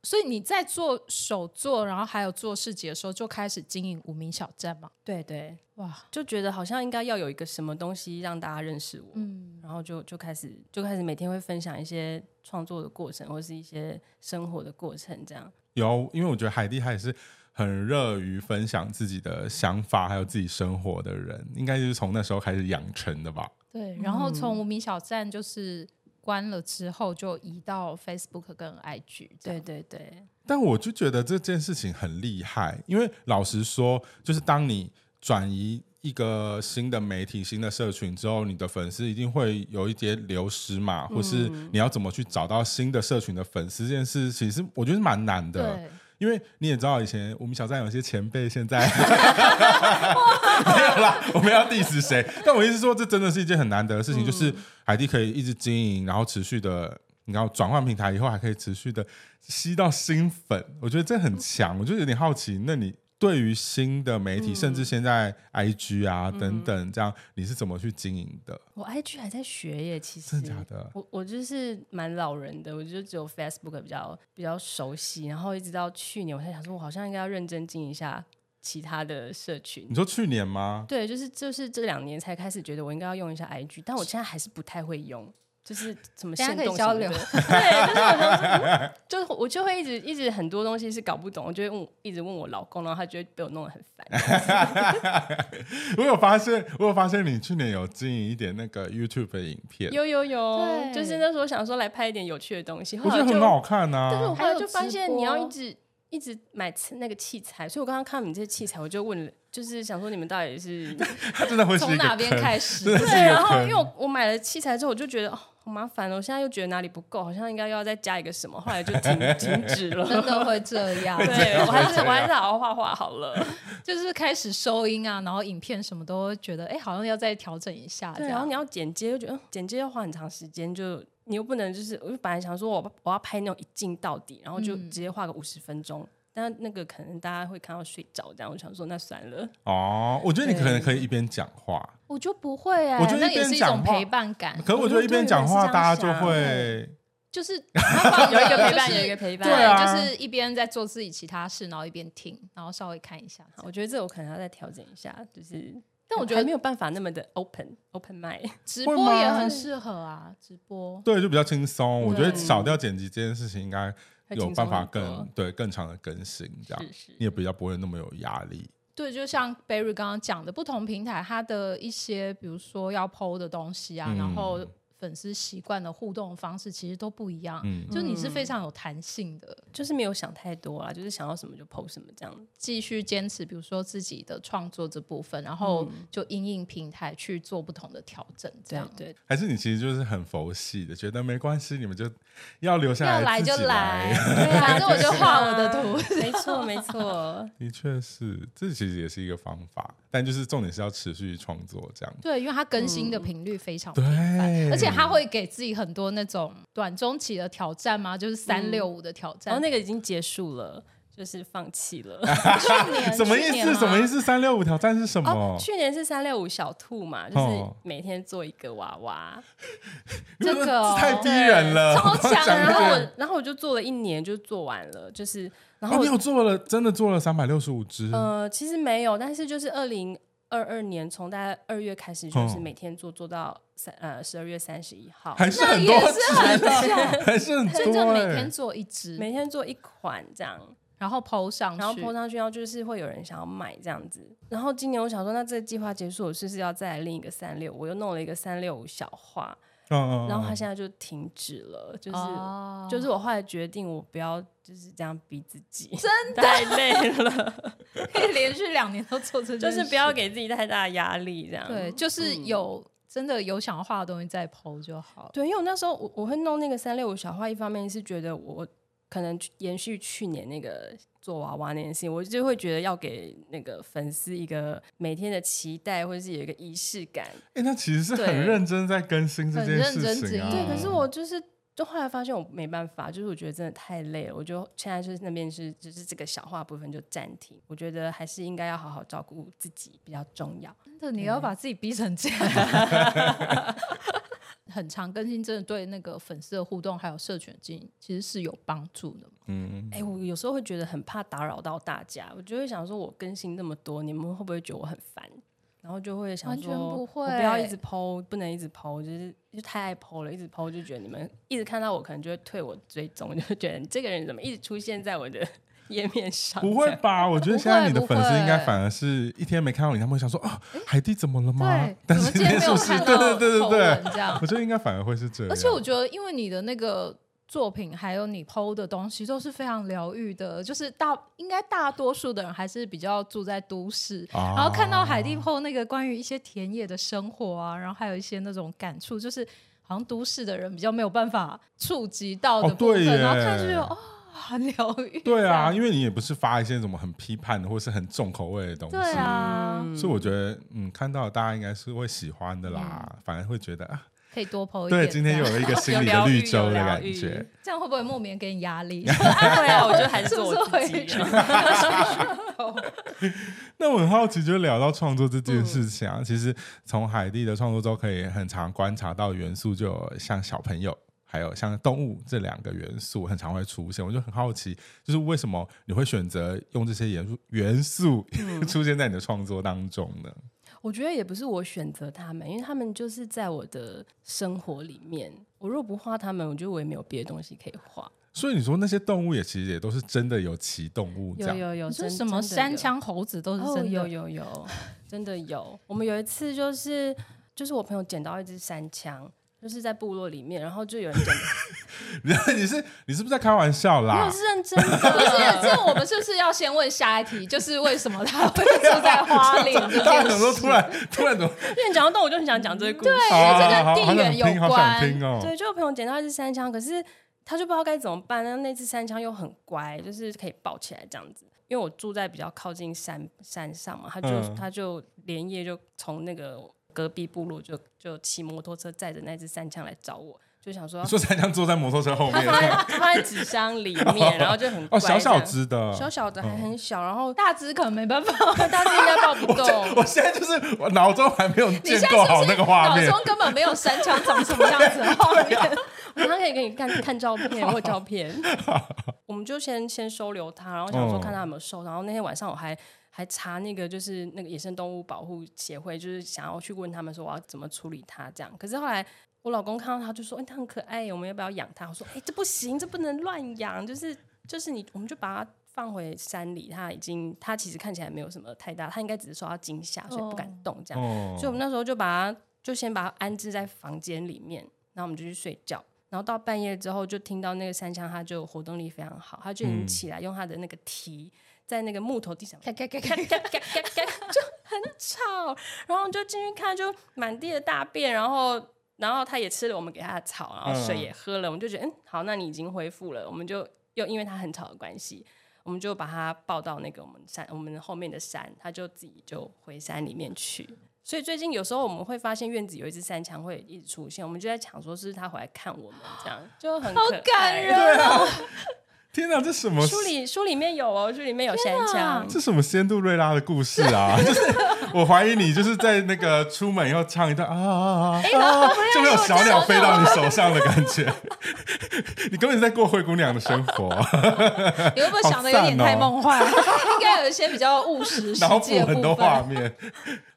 Speaker 3: 所以你在做手作，然后还有做市集的时候，就开始经营无名小站嘛？
Speaker 2: 对对，
Speaker 3: 哇，
Speaker 2: 就觉得好像应该要有一个什么东西让大家认识我，
Speaker 3: 嗯，
Speaker 2: 然后就就开始就开始每天会分享一些创作的过程，或是一些生活的过程，这样。
Speaker 1: 有，因为我觉得海蒂她也是很热于分享自己的想法，还有自己生活的人，应该就是从那时候开始养成的吧。
Speaker 3: 对，然后
Speaker 2: 嗯
Speaker 3: 从无名小站就是关了之后，就移到 Facebook 跟 IG 这
Speaker 2: 对
Speaker 3: 样。
Speaker 2: 对对，
Speaker 1: 但我就觉得这件事情很厉害，因为老实说，就是当你转移一个新的媒体、新的社群之后，你的粉丝一定会有一些流失嘛，或是你要怎么去找到新的社群的粉丝这件事，其实我觉得是蛮难的。
Speaker 3: 对，
Speaker 1: 因为你也知道，以前我们小站有些前辈现在 没有啦，我们要 diss 谁？但我意思是说，这真的是一件很难得的事情，就是海蒂可以一直经营，然后持续的，你要转换平台以后，还可以持续的吸到新粉，我觉得这很强。我就有点好奇，那你对于新的媒体，甚至现在 IG 啊等等，这样你是怎么去经营的？
Speaker 2: 我 IG 还在学耶，其实
Speaker 1: 真的假的？
Speaker 2: 我我就是蛮老人的，我就只有 Facebook 比较比较熟悉，然后一直到去年，我才想说，我好像应该要认真经营一下其他的社群
Speaker 1: 你。说去年吗？
Speaker 2: 对，就是就是这两年才开始觉得我应该要用一下 IG，但我现在还是不太会用，就是怎么
Speaker 3: 大家
Speaker 2: 限
Speaker 3: 可以
Speaker 2: 动
Speaker 3: 交
Speaker 2: 什么
Speaker 3: 流
Speaker 2: 的对，就是我想说嗯就是我就会一直一直很多东西是搞不懂，我就会问我一直问我老公，然后他就会被我弄得很
Speaker 3: 哎
Speaker 2: 烦。
Speaker 1: 我有发现，我有发现你去年有经营一点那个 YouTube 的影片，
Speaker 2: 有有有，
Speaker 3: 对
Speaker 2: 就是那时候想说来拍一点有趣的东西，后
Speaker 1: 我觉
Speaker 2: 来
Speaker 1: 得
Speaker 2: 就
Speaker 1: 很好看啊呐、
Speaker 2: 但是我后
Speaker 3: 还
Speaker 2: 来
Speaker 3: 有
Speaker 2: 就发
Speaker 3: 直
Speaker 2: 现你要一
Speaker 3: 播
Speaker 2: 直一直买器那个器材，所以我刚刚看到你这些器材，我就问了，就是想说你们到底是
Speaker 1: 它真的会是
Speaker 3: 从
Speaker 1: 一个
Speaker 3: 哪边
Speaker 1: 坑
Speaker 3: 开始？
Speaker 1: 真的是
Speaker 2: 对，
Speaker 1: 一个
Speaker 2: 然后
Speaker 1: 坑
Speaker 2: 因为我我买了器材之后，我就觉得哦好麻烦哦，我现在又觉得哪里不够，好像应该要再加一个什么，后来就 停停止了。
Speaker 3: 真的会这样，
Speaker 2: 对，我还是我还是好好画画好了。
Speaker 1: 啊
Speaker 3: 就是开始收音啊，然后影片什么都会觉得，哎、好像要再调整一下这
Speaker 2: 对，然后
Speaker 3: 样
Speaker 2: 你。要剪接，又觉得嗯剪接要花很长时间，就你又不能就是，我就本来想说我我要拍那种一镜到底，然后就
Speaker 3: 嗯
Speaker 2: 直接画个五十分钟，但那个可能大家会看到睡着，这样我想说那算了。
Speaker 1: 哦，我觉得你可能
Speaker 2: 对
Speaker 1: 可以一边讲话，
Speaker 3: 我就不会哎、
Speaker 1: 我觉得
Speaker 3: 那
Speaker 1: 一
Speaker 3: 也
Speaker 1: 边
Speaker 3: 是一
Speaker 1: 讲
Speaker 3: 种
Speaker 1: 话
Speaker 3: 陪伴感，
Speaker 1: 可我觉得一边讲话，
Speaker 2: 我觉得
Speaker 1: 大家
Speaker 2: 我也是
Speaker 1: 就
Speaker 2: 这样想
Speaker 1: 会
Speaker 3: 就是
Speaker 2: 有一个陪伴，
Speaker 3: 就
Speaker 2: 有
Speaker 3: 是
Speaker 2: 一个陪伴。
Speaker 1: 对啊
Speaker 3: 就是一边在做自己其他事，然后一边听，然后稍微看一下这样。
Speaker 2: 好我觉得这我可能要再调整一下，就是，
Speaker 3: 但我觉
Speaker 2: 还
Speaker 3: 得
Speaker 2: 没有办法那么的 open open mind。
Speaker 3: 直
Speaker 1: 会
Speaker 3: 播也
Speaker 1: 吗
Speaker 3: 很适合啊，直播。
Speaker 1: 对，就比较轻松。我觉得
Speaker 2: 对
Speaker 1: 少掉剪辑这件事情，应该
Speaker 2: 会
Speaker 1: 有
Speaker 2: 轻松
Speaker 1: 办法
Speaker 2: 很多
Speaker 1: 更对更长的更新，这样
Speaker 2: 是是
Speaker 1: 你也比较不会那么有压力。
Speaker 3: 对，就像 Barry 刚刚讲的，不同平台它的一些，比如说要 PO 的东西啊，
Speaker 1: 嗯
Speaker 3: 然后粉丝习惯的互动方式，其实都不一样。
Speaker 1: 嗯，
Speaker 3: 就你是非常有弹性的，
Speaker 2: 就是没有想太多啊啦，就是想要什么就 PO 什么这样。
Speaker 3: 继续坚持，比如说自己的创作这部分，然后
Speaker 1: 嗯
Speaker 3: 就因应平台去做不同的调整，这
Speaker 2: 对
Speaker 3: 样。
Speaker 2: 对，啊
Speaker 1: 还是你其实就是很佛系的，觉得没关系，你们就要留下来
Speaker 3: 要来就
Speaker 1: 自己
Speaker 3: 来，
Speaker 1: 来。
Speaker 3: 对啊反正我就画我的 图。
Speaker 2: 没 错没错。
Speaker 1: 的确是，这其实也是一个方法，但就是重点是要持续创作这样。
Speaker 3: 对，因为它更新的频率非常频繁，
Speaker 1: 嗯对，
Speaker 3: 而且它会给自己很多那种短中期的挑战嘛，就是三六五的挑
Speaker 1: 哦
Speaker 2: 然
Speaker 3: 战
Speaker 2: 后。那个已经结束了，就是放弃了。
Speaker 3: 去年
Speaker 1: 什么意
Speaker 3: 去年
Speaker 1: 思？
Speaker 3: 吗
Speaker 1: 什么意思？三六五挑战是什么
Speaker 2: 哦，？去年是三六五小兔嘛，就是
Speaker 1: 哦
Speaker 2: 每天做一个娃娃，
Speaker 3: 这个 哦
Speaker 1: 太逼人了，
Speaker 3: 超强
Speaker 1: 我讲
Speaker 3: 啊
Speaker 2: 然后
Speaker 1: 这个
Speaker 2: 我然后我就做了一年就做完了，就是然
Speaker 1: 哦，
Speaker 2: 后
Speaker 1: 你有做了，真的做了三百六十五只，
Speaker 3: 嗯
Speaker 2: 呃，其实没有，但是就是二零二二年从大概二月开始，就是
Speaker 1: 嗯
Speaker 2: 每天做做到三呃十二月三十一号，
Speaker 1: 还是
Speaker 3: 那
Speaker 1: 很多
Speaker 3: 也
Speaker 1: 只，
Speaker 3: 是很强，
Speaker 1: 还是很
Speaker 3: 真的
Speaker 1: 多、
Speaker 3: 每天
Speaker 1: 欸。
Speaker 3: 做一只，
Speaker 2: 每天做一款这样，
Speaker 3: 然后 PO 上去，
Speaker 2: 然后 PO 上去，然后就是会有人想要买这样子。然后今年我想说，那这个计划结束，我是不是要再来另一个三六？我又弄了一个三六五小画，
Speaker 1: 嗯
Speaker 2: 然后它现在就停止了，就是。
Speaker 3: 哦
Speaker 2: 就是我后来决定，我不要就是这样逼自己，真的 太累了，
Speaker 3: 可以 连续两年都做这件
Speaker 2: 就
Speaker 3: 事，嗯
Speaker 2: 是不要给自己太大的压力，这样
Speaker 1: 嗯
Speaker 3: 对，就是有、真的有想要画的东西再 PO 就好了。
Speaker 2: 对，因为我那时候我我会弄那个三六五小画，一方面是觉得我可能去延续去年那个做娃娃那件事情，我就会觉得要给那个粉丝一个每天的期待，或者是有一个仪式感。
Speaker 1: 哎、那其实是很
Speaker 2: 对
Speaker 1: 认真在更新这件事情啊。
Speaker 3: 很认真
Speaker 2: 对，
Speaker 3: 经营
Speaker 2: 可是我就是。就后来发现我没办法，就是我觉得真的太累了，我就现在就是那边是就是这个小画部分就暂停，我觉得还是应该要好好照顾自己比较重要。
Speaker 3: 真的，你要把自己逼成这样。 很常更新，真的对那个粉丝的互动还有社群经营其实是有帮助的。
Speaker 1: 嗯，
Speaker 2: 哎、我有时候会觉得很怕打扰到大家，我就会想说，我更新那么多，你们会不会觉得我很烦？然后就会想
Speaker 3: 完
Speaker 2: 说，
Speaker 3: 全不会
Speaker 2: 我不要一直剖，不能一直剖，就是就太爱剖了，一直剖就觉得你们一直看到我，可能就会退我追踪，就会觉得你这个人怎么一直出现在我的 页面上。
Speaker 1: 不会吧？我觉得
Speaker 3: 不
Speaker 1: 现在
Speaker 3: 会
Speaker 1: 你的
Speaker 3: 不
Speaker 1: 粉丝应该
Speaker 3: 会
Speaker 1: 反而是一天没看到你，他们会想说啊，海蒂怎么了吗
Speaker 3: 对？，
Speaker 1: 但
Speaker 3: 怎么
Speaker 1: 是
Speaker 3: 今
Speaker 1: 那
Speaker 3: 天没
Speaker 1: 是
Speaker 3: 有
Speaker 1: 不是
Speaker 3: 看
Speaker 1: 对
Speaker 3: 到
Speaker 1: 对对对
Speaker 3: 口
Speaker 1: 对
Speaker 3: 吻，这样
Speaker 1: 我？觉得应该反而会是这样。
Speaker 3: 而且我觉得，因为你的那个作品还有你 PO 的东西都是非常疗愈的，就是大应该大多数的人还是比较住在都市，
Speaker 1: 啊，
Speaker 3: 然后看到海蒂 PO 那个关于一些田野的生活啊，然后还有一些那种感触，就是好像都市的人比较没有办法触及到的
Speaker 1: 哦
Speaker 3: 部分，
Speaker 1: 对耶
Speaker 3: 然后看就觉得哦，很疗愈。
Speaker 1: 对啊，
Speaker 3: 这样，
Speaker 1: 因为你也不是发一些什么很批判的或是很重口味的东西，
Speaker 3: 对啊，
Speaker 1: 所以我觉得嗯，看到大家应该是会喜欢的啦，
Speaker 2: 嗯
Speaker 1: 反而会觉得啊，
Speaker 3: 可以多 PO 一点。
Speaker 1: 对，今天
Speaker 3: 这样
Speaker 1: 有 一个心理的
Speaker 2: 疗愈
Speaker 1: 绿洲的
Speaker 2: 有疗
Speaker 1: 感
Speaker 2: 愈
Speaker 1: 觉。
Speaker 3: 这样会不会莫名给你 压力？
Speaker 2: 对啊，我觉得还是
Speaker 3: 是不
Speaker 2: 做
Speaker 3: 是
Speaker 2: 我自己啊
Speaker 3: 会
Speaker 2: 人。
Speaker 1: 那我很好奇，就聊到创作这件事情
Speaker 2: 嗯
Speaker 1: 啊，其实从海蒂的创作中可以很常观察到元素，就有像小朋友。还有像动物这两个元素很常会出现，我就很好奇，就是为什么你会选择用这些元素元素
Speaker 2: 嗯
Speaker 1: 出现在你的创作当中呢？
Speaker 2: 我觉得也不是我选择他们，因为他们就是在我的生活里面。我若不画他们，我觉得我也没有别的东西可以画。
Speaker 1: 所以你说那些动物也其实也都是真的有其动物这
Speaker 2: 有
Speaker 1: 样，
Speaker 2: 有有，
Speaker 3: 你说
Speaker 2: 真
Speaker 3: 什么
Speaker 2: 真的
Speaker 3: 山
Speaker 2: 有
Speaker 3: 枪猴子都是真的？
Speaker 2: 哦、有有有，真的有。我们有一次就是就是我朋友捡到一支山枪，就是在部落里面，然后就有人捡到，
Speaker 1: 你是你是不是在开玩笑
Speaker 2: 没有
Speaker 1: 啦？
Speaker 2: 是认真的，
Speaker 3: 不 是， 这我们是不是要先问下一题？就是为什么他会住在花莲这
Speaker 1: 啊 大
Speaker 3: 件
Speaker 1: 家想说突
Speaker 3: 事？
Speaker 1: 然突然怎么？
Speaker 2: 因为你讲到动物，我就很想讲这个故事。
Speaker 3: 对因为这跟
Speaker 1: 啊
Speaker 3: 地
Speaker 1: 好想
Speaker 3: 缘有
Speaker 1: 听，好想
Speaker 3: 关
Speaker 1: 听哦。
Speaker 2: 对，就有朋友捡到一支山枪，可是他就不知道该怎么办。然后那支山枪又很乖，就是可以抱起来这样子。因为我住在比较靠近山山上嘛，他就、
Speaker 1: 嗯
Speaker 2: 他就连夜就从那个隔壁部落就就骑摩托车载着那支山枪来找我，就想说
Speaker 1: 你说才像坐在摩托车后
Speaker 2: 他
Speaker 1: 面
Speaker 2: 放 在他放在纸箱里面，然后就很
Speaker 1: 哦，
Speaker 2: 乖
Speaker 1: 小小
Speaker 2: 这样
Speaker 1: 只嗯的，
Speaker 2: 小小的还很小，然 后
Speaker 3: 大只可能没办法，
Speaker 2: 大只应该抱不
Speaker 1: 我这
Speaker 2: 动。
Speaker 1: 我现在就是我脑中还没有
Speaker 3: 你
Speaker 1: 建
Speaker 3: 现在是
Speaker 1: 构好
Speaker 3: 不
Speaker 1: 那
Speaker 3: 是
Speaker 1: 个画
Speaker 3: 脑
Speaker 1: 面，啊
Speaker 3: 中根本没有山墙长什么样子的画面？
Speaker 2: 我他可以给你看看照片，我有 照片。我们就先先收留它，然后想说
Speaker 1: 嗯
Speaker 2: 看它有没有瘦。然后那天晚上我还还查那个就是那个野生动物保护协会，就是想要去问他们说我要怎么处理它这样。可是后来。我老公看到它就说：“哎、它很可爱耶，我们要不要养它？”我说：“哎、这不行，这不能乱养，就是就是你，我们就把它放回山里。它已经，它其实看起来没有什么太大，它应该只是受到惊吓，所以不敢动这样。
Speaker 1: 哦
Speaker 2: 所以我们那时候就把它就先把它安置在房间里面，然后我们就去睡觉。然后到半夜之后，就听到那个山羌，它就活动力非常好，它就已经起来用它的那个蹄在那个木头地上
Speaker 3: 咔咔咔
Speaker 2: 嘎嘎嘎嘎嘎，就很吵。然后就进去看，就满地的大便，然后然后它也吃了我们给它的草，然后水也喝了，我们就觉得嗯好，那你已经恢复了，我们就嗯又因为它很吵的关系。我们就把它抱到那个我们山，我们后面的山，它就自己就回山里面去。所以最近有时候我们会发现院子有一只山墙会一直出现，我们就在想说是它回来看我们，这样就很
Speaker 3: 好
Speaker 2: 可爱
Speaker 3: 感人。
Speaker 1: 对啊，天哪，这什么
Speaker 2: 书里书里面有哦，书里面有山墙，
Speaker 1: 这什么仙杜瑞拉的故事啊？就是我怀疑你就是在那个出门要唱一段啊啊啊啊，就没有小鸟飞到你手上的感觉。 你根本是在过灰姑娘的生活，啊
Speaker 3: 你会不会想的有点太梦幻？应该有一些比较务实世
Speaker 1: 哦脑补
Speaker 3: 界的
Speaker 1: 很多
Speaker 3: 部
Speaker 1: 画
Speaker 3: 分。
Speaker 1: 面，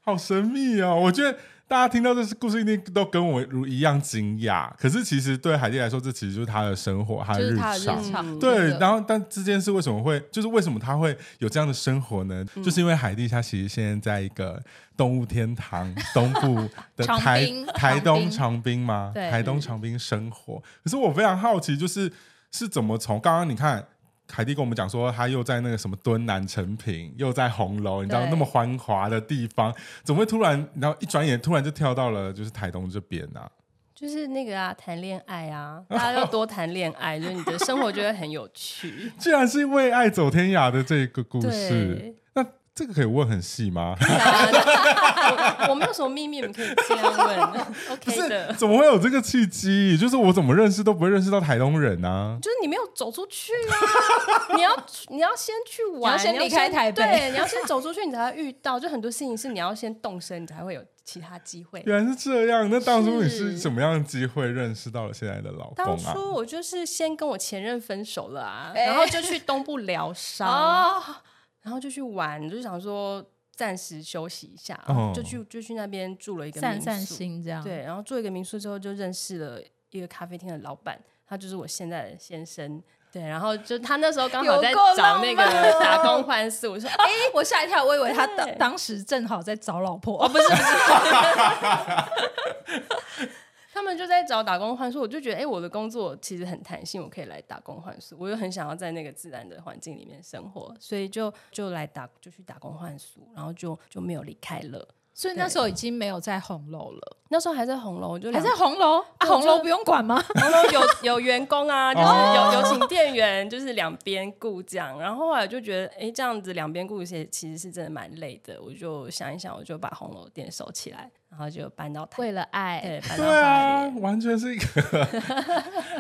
Speaker 1: 好神秘哦！我觉得大家听到这故事一定都跟我如一样惊讶。可是其实对海蒂来说，这其实就是她的生活，她
Speaker 3: 就是他的
Speaker 1: 日常
Speaker 3: 日。常，
Speaker 1: 对
Speaker 3: 嗯真，的
Speaker 1: 然后但这件事为什么会，就是为什么他会有这样的生活呢？
Speaker 3: 嗯
Speaker 1: 就是因为海蒂他其实现在在一个动物天堂东部的
Speaker 3: 长
Speaker 1: 台
Speaker 3: 滨
Speaker 1: 台
Speaker 3: 长
Speaker 1: 东
Speaker 3: 滨
Speaker 1: 长滨吗？
Speaker 3: 对
Speaker 1: 台东长滨生活。可是我非常好奇，就是是怎么从刚刚你看。海蒂跟我们讲说，他又在那个什么敦南成品，又在红楼，你知道
Speaker 3: 对
Speaker 1: 那么繁华的地方，怎么会突然，然后一转眼突然就跳到了就是台东这边啊？
Speaker 2: 就是那个啊，谈恋爱啊，大家要多谈恋爱，就是你的生活就会很有趣。
Speaker 1: 居然是为爱走天涯的这个故事
Speaker 2: 对。
Speaker 1: 那这个可以问很细吗？
Speaker 2: 我我没有什么秘密，你们可以 这样问
Speaker 1: 不
Speaker 2: ，OK
Speaker 1: 是，
Speaker 2: 的。
Speaker 1: 怎么会有这个契机？就是我怎么认识都不会认识到台东人啊。
Speaker 2: 就是你没有走出去啊，你要你要先去
Speaker 3: 你
Speaker 2: 玩，
Speaker 3: 要先
Speaker 2: 你
Speaker 3: 离开台北
Speaker 2: 对，你要先走出去，你才会遇到。就很多事情是你要先动身，你才会有其他机会。
Speaker 1: 原来是这样，那当初你是
Speaker 2: 是
Speaker 1: 什么样的机会认识到了现在的老
Speaker 2: 当
Speaker 1: 公啊？
Speaker 2: 初我就是先跟我前任分手了啊，
Speaker 3: 哎
Speaker 2: 然后就去东部疗伤，
Speaker 3: 哦，
Speaker 2: 然后就去玩，就想说暂时休息一下，
Speaker 1: 哦
Speaker 2: 就去就去那边住了一个
Speaker 3: 散
Speaker 2: 民
Speaker 3: 散
Speaker 2: 宿
Speaker 3: 心这样。
Speaker 2: 对，然后住一个民宿之后，就认识了一个咖啡厅的老板，他就是我现在的先生。对，然后就他那时候刚好在
Speaker 3: 有够
Speaker 2: 找那
Speaker 3: 浪漫
Speaker 2: 个
Speaker 3: 哦
Speaker 2: 打工换宿， 我说
Speaker 3: 哎、我吓一跳，我以为他当
Speaker 2: 对
Speaker 3: 当时正好在找老婆，
Speaker 2: 哦，不是不是，他们就在找打工换宿，我就觉得，哎、我的工作其实很弹性，我可以来打工换宿，我又很想要在那个自然的环境里面生活，所以就就来打就去打工换宿，然后就就没有离开了。
Speaker 3: 所以那时候已经没有在红楼了，
Speaker 2: 那时候还在红楼，我就
Speaker 3: 还
Speaker 2: 两
Speaker 3: 在红楼啊？
Speaker 2: 对我
Speaker 3: 红楼
Speaker 2: 就
Speaker 3: 不用管吗？
Speaker 2: 红楼有有员工啊，就是
Speaker 1: 哦
Speaker 2: 有有请店员，就是两边顾这样。然后后来我就觉得，哎、这样子两边顾其实其实是真的蛮累的，我就想一想，我就把红楼店收起来，然后就搬到台
Speaker 3: 为了爱，
Speaker 2: 对，搬到
Speaker 1: 对
Speaker 2: 花
Speaker 1: 啊
Speaker 2: 莲。，
Speaker 1: 完全是一个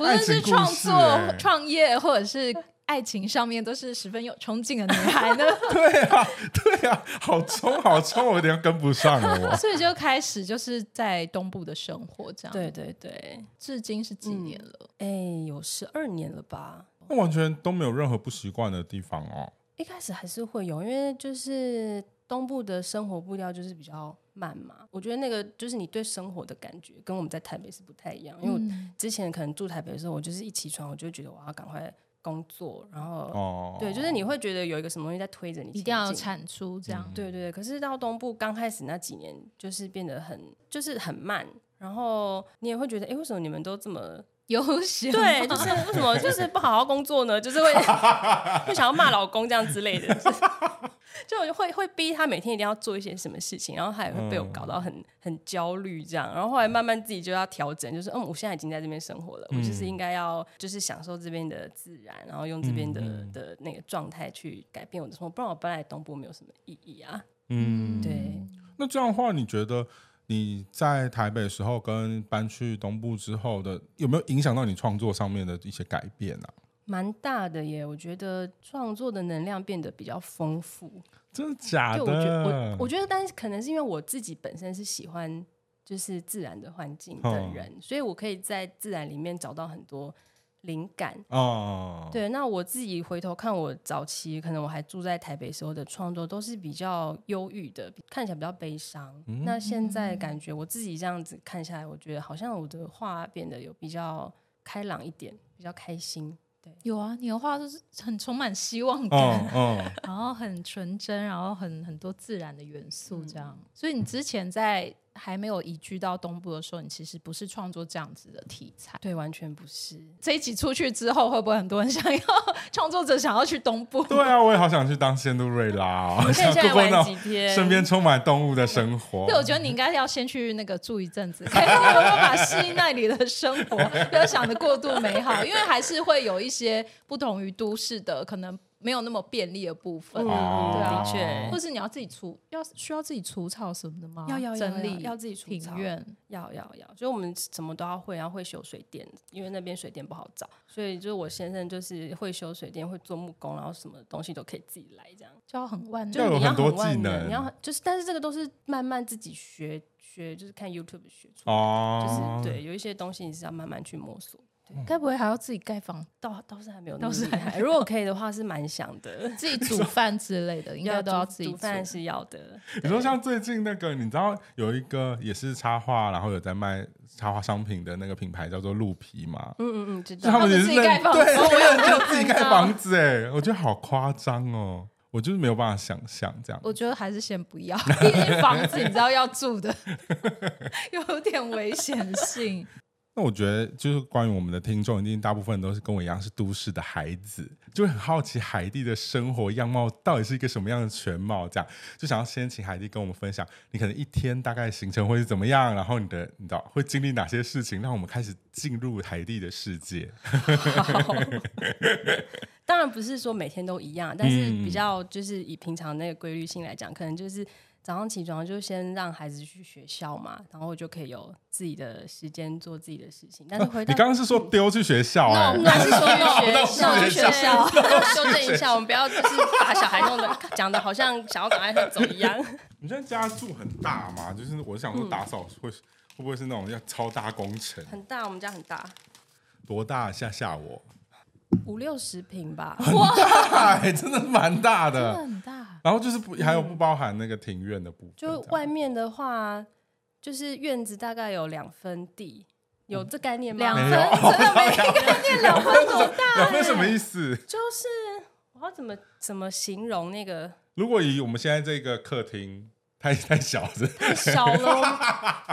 Speaker 3: 无
Speaker 1: 爱
Speaker 3: 论
Speaker 1: 情
Speaker 3: 是
Speaker 1: 故
Speaker 3: 创
Speaker 1: 事
Speaker 3: 作、
Speaker 1: 哎
Speaker 3: 创业或者是爱情上面，都是十分有冲劲的女孩 呢。
Speaker 1: 对啊，对啊，好冲好冲，我有点跟不上了 我。
Speaker 3: 所以就开始就是在东部的生活，这样。
Speaker 2: 对，对对，
Speaker 3: 至今是几年了？
Speaker 2: 哎、有十二年了吧？
Speaker 1: 那完全都没有任何不习惯的地方哦。
Speaker 2: 一开始还是会有，因为就是东部的生活步调就是比较慢嘛。我觉得那个就是你对生活的感觉跟我们在台北是不太一样，因为我
Speaker 3: 嗯，
Speaker 2: 之前可能住台北的时候，我就是一起床我就觉得我要赶快工作，然后、
Speaker 1: 哦，
Speaker 2: 对，就是你会觉得有一个什么东西在推着你，
Speaker 3: 一定要。产出这样。
Speaker 2: 对对对，可是到东部刚开始那几年，就是变得很就是很慢，然后你也会觉得，哎，为什么你们都这么
Speaker 3: 悠闲，
Speaker 2: 对，就是为什么就是不好好工作 呢？就是会会想要骂老公这样之类的， 就是就我就会会逼他每天一定要做一些什么事情，然后他也会被
Speaker 1: 嗯
Speaker 2: 我搞到很很焦虑这样，然后后来慢慢自己就要调整，就是嗯，我现在已经在这边生活了，我
Speaker 1: 嗯
Speaker 2: 就是应该要就是享受这边的自然，然后用这边的、
Speaker 1: 嗯嗯
Speaker 2: 的那个状态去改变我的生活，不然我搬来东部没有什么意义啊。
Speaker 1: 嗯，
Speaker 2: 对，
Speaker 1: 那这样的话，你觉得你在台北时候跟搬去东部之后的，有没有影响到你创作上面的一些改变啊？
Speaker 2: 蛮大的耶，我觉得创作的能量变得比较丰富。
Speaker 1: 真的假
Speaker 2: 就我觉
Speaker 1: 的？
Speaker 2: 我我觉得，但是可能是因为我自己本身是喜欢就是自然的环境的
Speaker 1: 哦
Speaker 2: 人，所以我可以在自然里面找到很多灵感。
Speaker 1: 哦，
Speaker 2: 对，那我自己回头看我早期，可能我还住在台北时候的创作，都是比较忧郁的，看起来比较悲伤。那现在感觉我自己这样子看下来，我觉得好像我的画变得有比较开朗一点，比较开心。
Speaker 3: 有啊，你的话就是很充满希望感，
Speaker 1: 哦哦，
Speaker 3: 然后很纯真，然后很很多自然的元素这样。所以你之前在还没有移居到东部的时候，你其实不是创作这样子的题材。
Speaker 2: 对，完全不是。
Speaker 3: 这一集出去之后，会不会很多人想要创作者想要去东部？
Speaker 1: 对啊，我也好想去当仙杜瑞拉、哦，
Speaker 2: 可以
Speaker 1: 想
Speaker 2: 下来
Speaker 1: 过过那
Speaker 2: 玩
Speaker 1: 种
Speaker 2: 几天，
Speaker 1: 身边充满动物的生活。
Speaker 3: 对，我觉得你应该要先去那个住一阵子， 看看有没有把适应那里的生活不要想的过度美好，因为还是会有一些不同于都市的，可能没有那么便利的部分，
Speaker 2: 嗯
Speaker 1: 哦
Speaker 2: 对啊的确
Speaker 3: 或是你要自己除，要需要自己除草什么的吗？
Speaker 2: 要要
Speaker 3: 整理
Speaker 2: 要要自己除
Speaker 3: 庭
Speaker 2: 草
Speaker 3: 院，
Speaker 2: 要要要，所以我们什么都要会，然后会修水电，因为那边水电不好找，所以就是我先生就是会修水电，会做木工，然后什么东西都可以自己来，这样
Speaker 3: 就要很万
Speaker 2: 就
Speaker 1: 要
Speaker 2: 是
Speaker 1: 有
Speaker 2: 你要
Speaker 1: 很多
Speaker 2: 万
Speaker 1: 技
Speaker 2: 能
Speaker 1: 能
Speaker 2: 你要很就是，但是这个都是慢慢自己学学，就是看 YouTube 学出来，
Speaker 1: 哦，
Speaker 2: 就是，对，有一些东西你是要慢慢去摸索。
Speaker 3: 该不会还要自己盖房、
Speaker 2: 倒倒是还没有那
Speaker 3: 倒
Speaker 2: 么
Speaker 3: 是
Speaker 2: 厉
Speaker 3: 还
Speaker 2: 害，
Speaker 3: 没有
Speaker 2: 如果可以的话是蛮想的，
Speaker 3: 自己煮饭之类的，应该都要
Speaker 2: 煮
Speaker 3: 自己
Speaker 2: 煮饭是要的，
Speaker 1: 你说像最近那个，你知道有一个也是插画，然后有在卖插画商品的那个品牌叫做鹿皮嘛，
Speaker 2: 嗯嗯嗯， 知
Speaker 1: 就他
Speaker 2: 道。
Speaker 1: 们也是
Speaker 3: 自己盖房子
Speaker 1: 对，
Speaker 3: 我有
Speaker 1: 他们自己
Speaker 3: 看
Speaker 1: 盖
Speaker 3: 到
Speaker 1: 房子哎，我觉得好夸张哦，我就是没有办法想象这样。
Speaker 3: 我觉得还是先不要， 毕竟房子你知道要住的，有点危险性。
Speaker 1: 那我觉得就是关于我们的听众，一定大部分都是跟我一样是都市的孩子，就会很好奇海蒂的生活样貌到底是一个什么样的全貌，这样就想要先请海蒂跟我们分享，你可能一天大概行程会是怎么样，然后你的你知道会经历哪些事情，让我们开始进入海蒂的世界。
Speaker 2: 当然不是说每天都一样，但是
Speaker 1: 嗯
Speaker 2: 比较就是以平常那个规律性来讲，可能就是早上起床就先让孩子去学校嘛，然后就可以有自己的时间做自己的事情。但是回
Speaker 1: 你
Speaker 2: 到
Speaker 1: 刚刚是说丢去学校哎、
Speaker 2: 那我们还是说
Speaker 1: 那
Speaker 2: 去
Speaker 1: 我们
Speaker 2: 学校，
Speaker 1: 去学
Speaker 3: 校
Speaker 2: 对修正一下，我们不要就是把小孩弄得讲的好像想要赶快他走一样。
Speaker 1: 你现在家住很大嘛？就是我想
Speaker 2: 嗯
Speaker 1: 说打扫会、会不会是那种要超大工程？
Speaker 2: 很大，我们家很大，
Speaker 1: 多大吓吓我？
Speaker 2: 五六十 平吧。
Speaker 1: 大哎、真的蛮大的。
Speaker 3: 很大，
Speaker 1: 然后就是不还有不包含那个庭院的部分，
Speaker 2: 嗯就
Speaker 1: 这样
Speaker 2: 外面的话，就是院子大概有两分地，有这概念吗？
Speaker 3: 两分
Speaker 1: 没有
Speaker 3: 真的 没概念，两分多大？
Speaker 1: 两分什么意思？
Speaker 2: 就是我要怎么怎么形容那个
Speaker 1: 如果以我们现在这个客厅太太小了，
Speaker 2: 太小了，我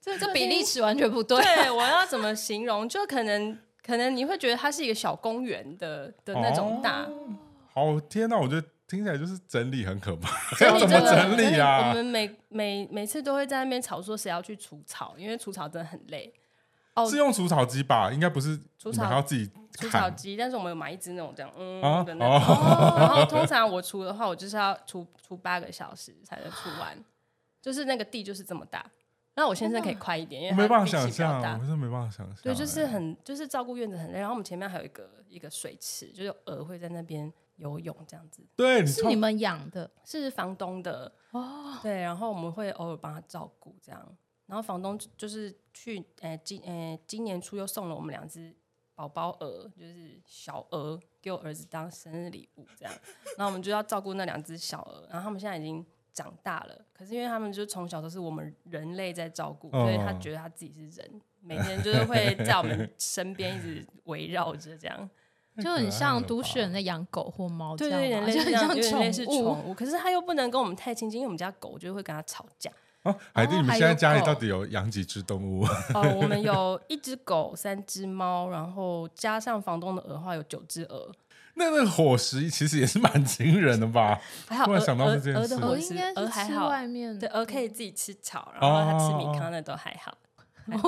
Speaker 3: 这这比例尺完全不对。
Speaker 2: 对，我要怎么形容？就可能可能你会觉得它是一个小公园的的那种大，
Speaker 1: 哦好天哪！我觉得听起来就是整理很可怕，
Speaker 2: 所 以
Speaker 1: 要
Speaker 2: 你
Speaker 1: 怎么
Speaker 2: 真的
Speaker 1: 整理
Speaker 2: 我
Speaker 1: 啊？
Speaker 2: 们每每每次都会在那边吵说谁要去除草，因为除草真的很累。哦
Speaker 1: 是，用除草机吧？应该不是，你
Speaker 2: 除
Speaker 1: 们
Speaker 2: 草
Speaker 1: 还要自己
Speaker 2: 除草
Speaker 1: 砍
Speaker 2: 机，但是我们有买一只那种这样嗯
Speaker 1: 啊
Speaker 2: 的那种。
Speaker 1: 哦，
Speaker 2: 然后通常我除的话，我就是要除除八个小时才能除完，就是那个地就是这么大。那我先生可
Speaker 3: 哦
Speaker 2: 以快一点，因为
Speaker 1: 我
Speaker 2: 他
Speaker 1: 没办法
Speaker 2: 力气
Speaker 1: 想
Speaker 2: 比较
Speaker 1: 象，啊
Speaker 2: 大
Speaker 1: 我。真的没办法想象。
Speaker 2: 对，就是
Speaker 1: 哎
Speaker 2: 很就是照顾院子很累。然后我们前面还有一个一个水池，就是有鹅会在那边游泳这样子，
Speaker 1: 对，你
Speaker 3: 是
Speaker 1: 创
Speaker 3: 你们养的
Speaker 2: 是房东的
Speaker 3: 哦，
Speaker 2: 对，然后我们会偶尔帮他照顾这样。然后房东就就是去呃今呃今年初又送了我们两只宝宝鹅，就是小鹅，给我儿子当生日礼物这样。然后我们就要照顾那两只小鹅，然后他们现在已经长大了，可是因为他们就从小都是我们人类在照顾，所以他
Speaker 1: 嗯
Speaker 2: 觉得他自己是人，每天就是会在我们身边一直围绕着这样。
Speaker 3: 就很像都市人在养狗或
Speaker 1: 哦
Speaker 3: 猫这
Speaker 2: 对
Speaker 3: 样
Speaker 2: 对，有
Speaker 3: 嘛，就
Speaker 2: 点类似这
Speaker 3: 很
Speaker 2: 样，
Speaker 3: 像
Speaker 2: 有点类似
Speaker 3: 物。
Speaker 2: 宠物，可是他又不能跟我们太亲近，因为我们家狗就会跟他吵 架。
Speaker 1: 啊，海蒂，
Speaker 3: 哦
Speaker 1: 你们
Speaker 3: 还
Speaker 1: 现在
Speaker 3: 有
Speaker 1: 家里
Speaker 3: 狗
Speaker 1: 到底有养几只动物？
Speaker 2: 哦，我们有一只狗，三只猫，然后加上房东的鹅的话，有九只鹅。
Speaker 1: 那那个伙食其实也是蛮惊人的吧？
Speaker 2: 还好
Speaker 1: 突然想到
Speaker 2: 鹅
Speaker 1: 这件
Speaker 2: 鹅鹅
Speaker 1: 事哦
Speaker 2: 的
Speaker 3: 我
Speaker 2: 伙
Speaker 3: 应
Speaker 2: 食，
Speaker 3: 该
Speaker 2: 鹅
Speaker 3: 是呃
Speaker 2: 还
Speaker 3: 吃
Speaker 2: 好，
Speaker 3: 外面
Speaker 2: 对，
Speaker 3: 的
Speaker 2: 鹅可以自己吃草，然后它吃米
Speaker 1: 哦
Speaker 2: 糠的都还 好，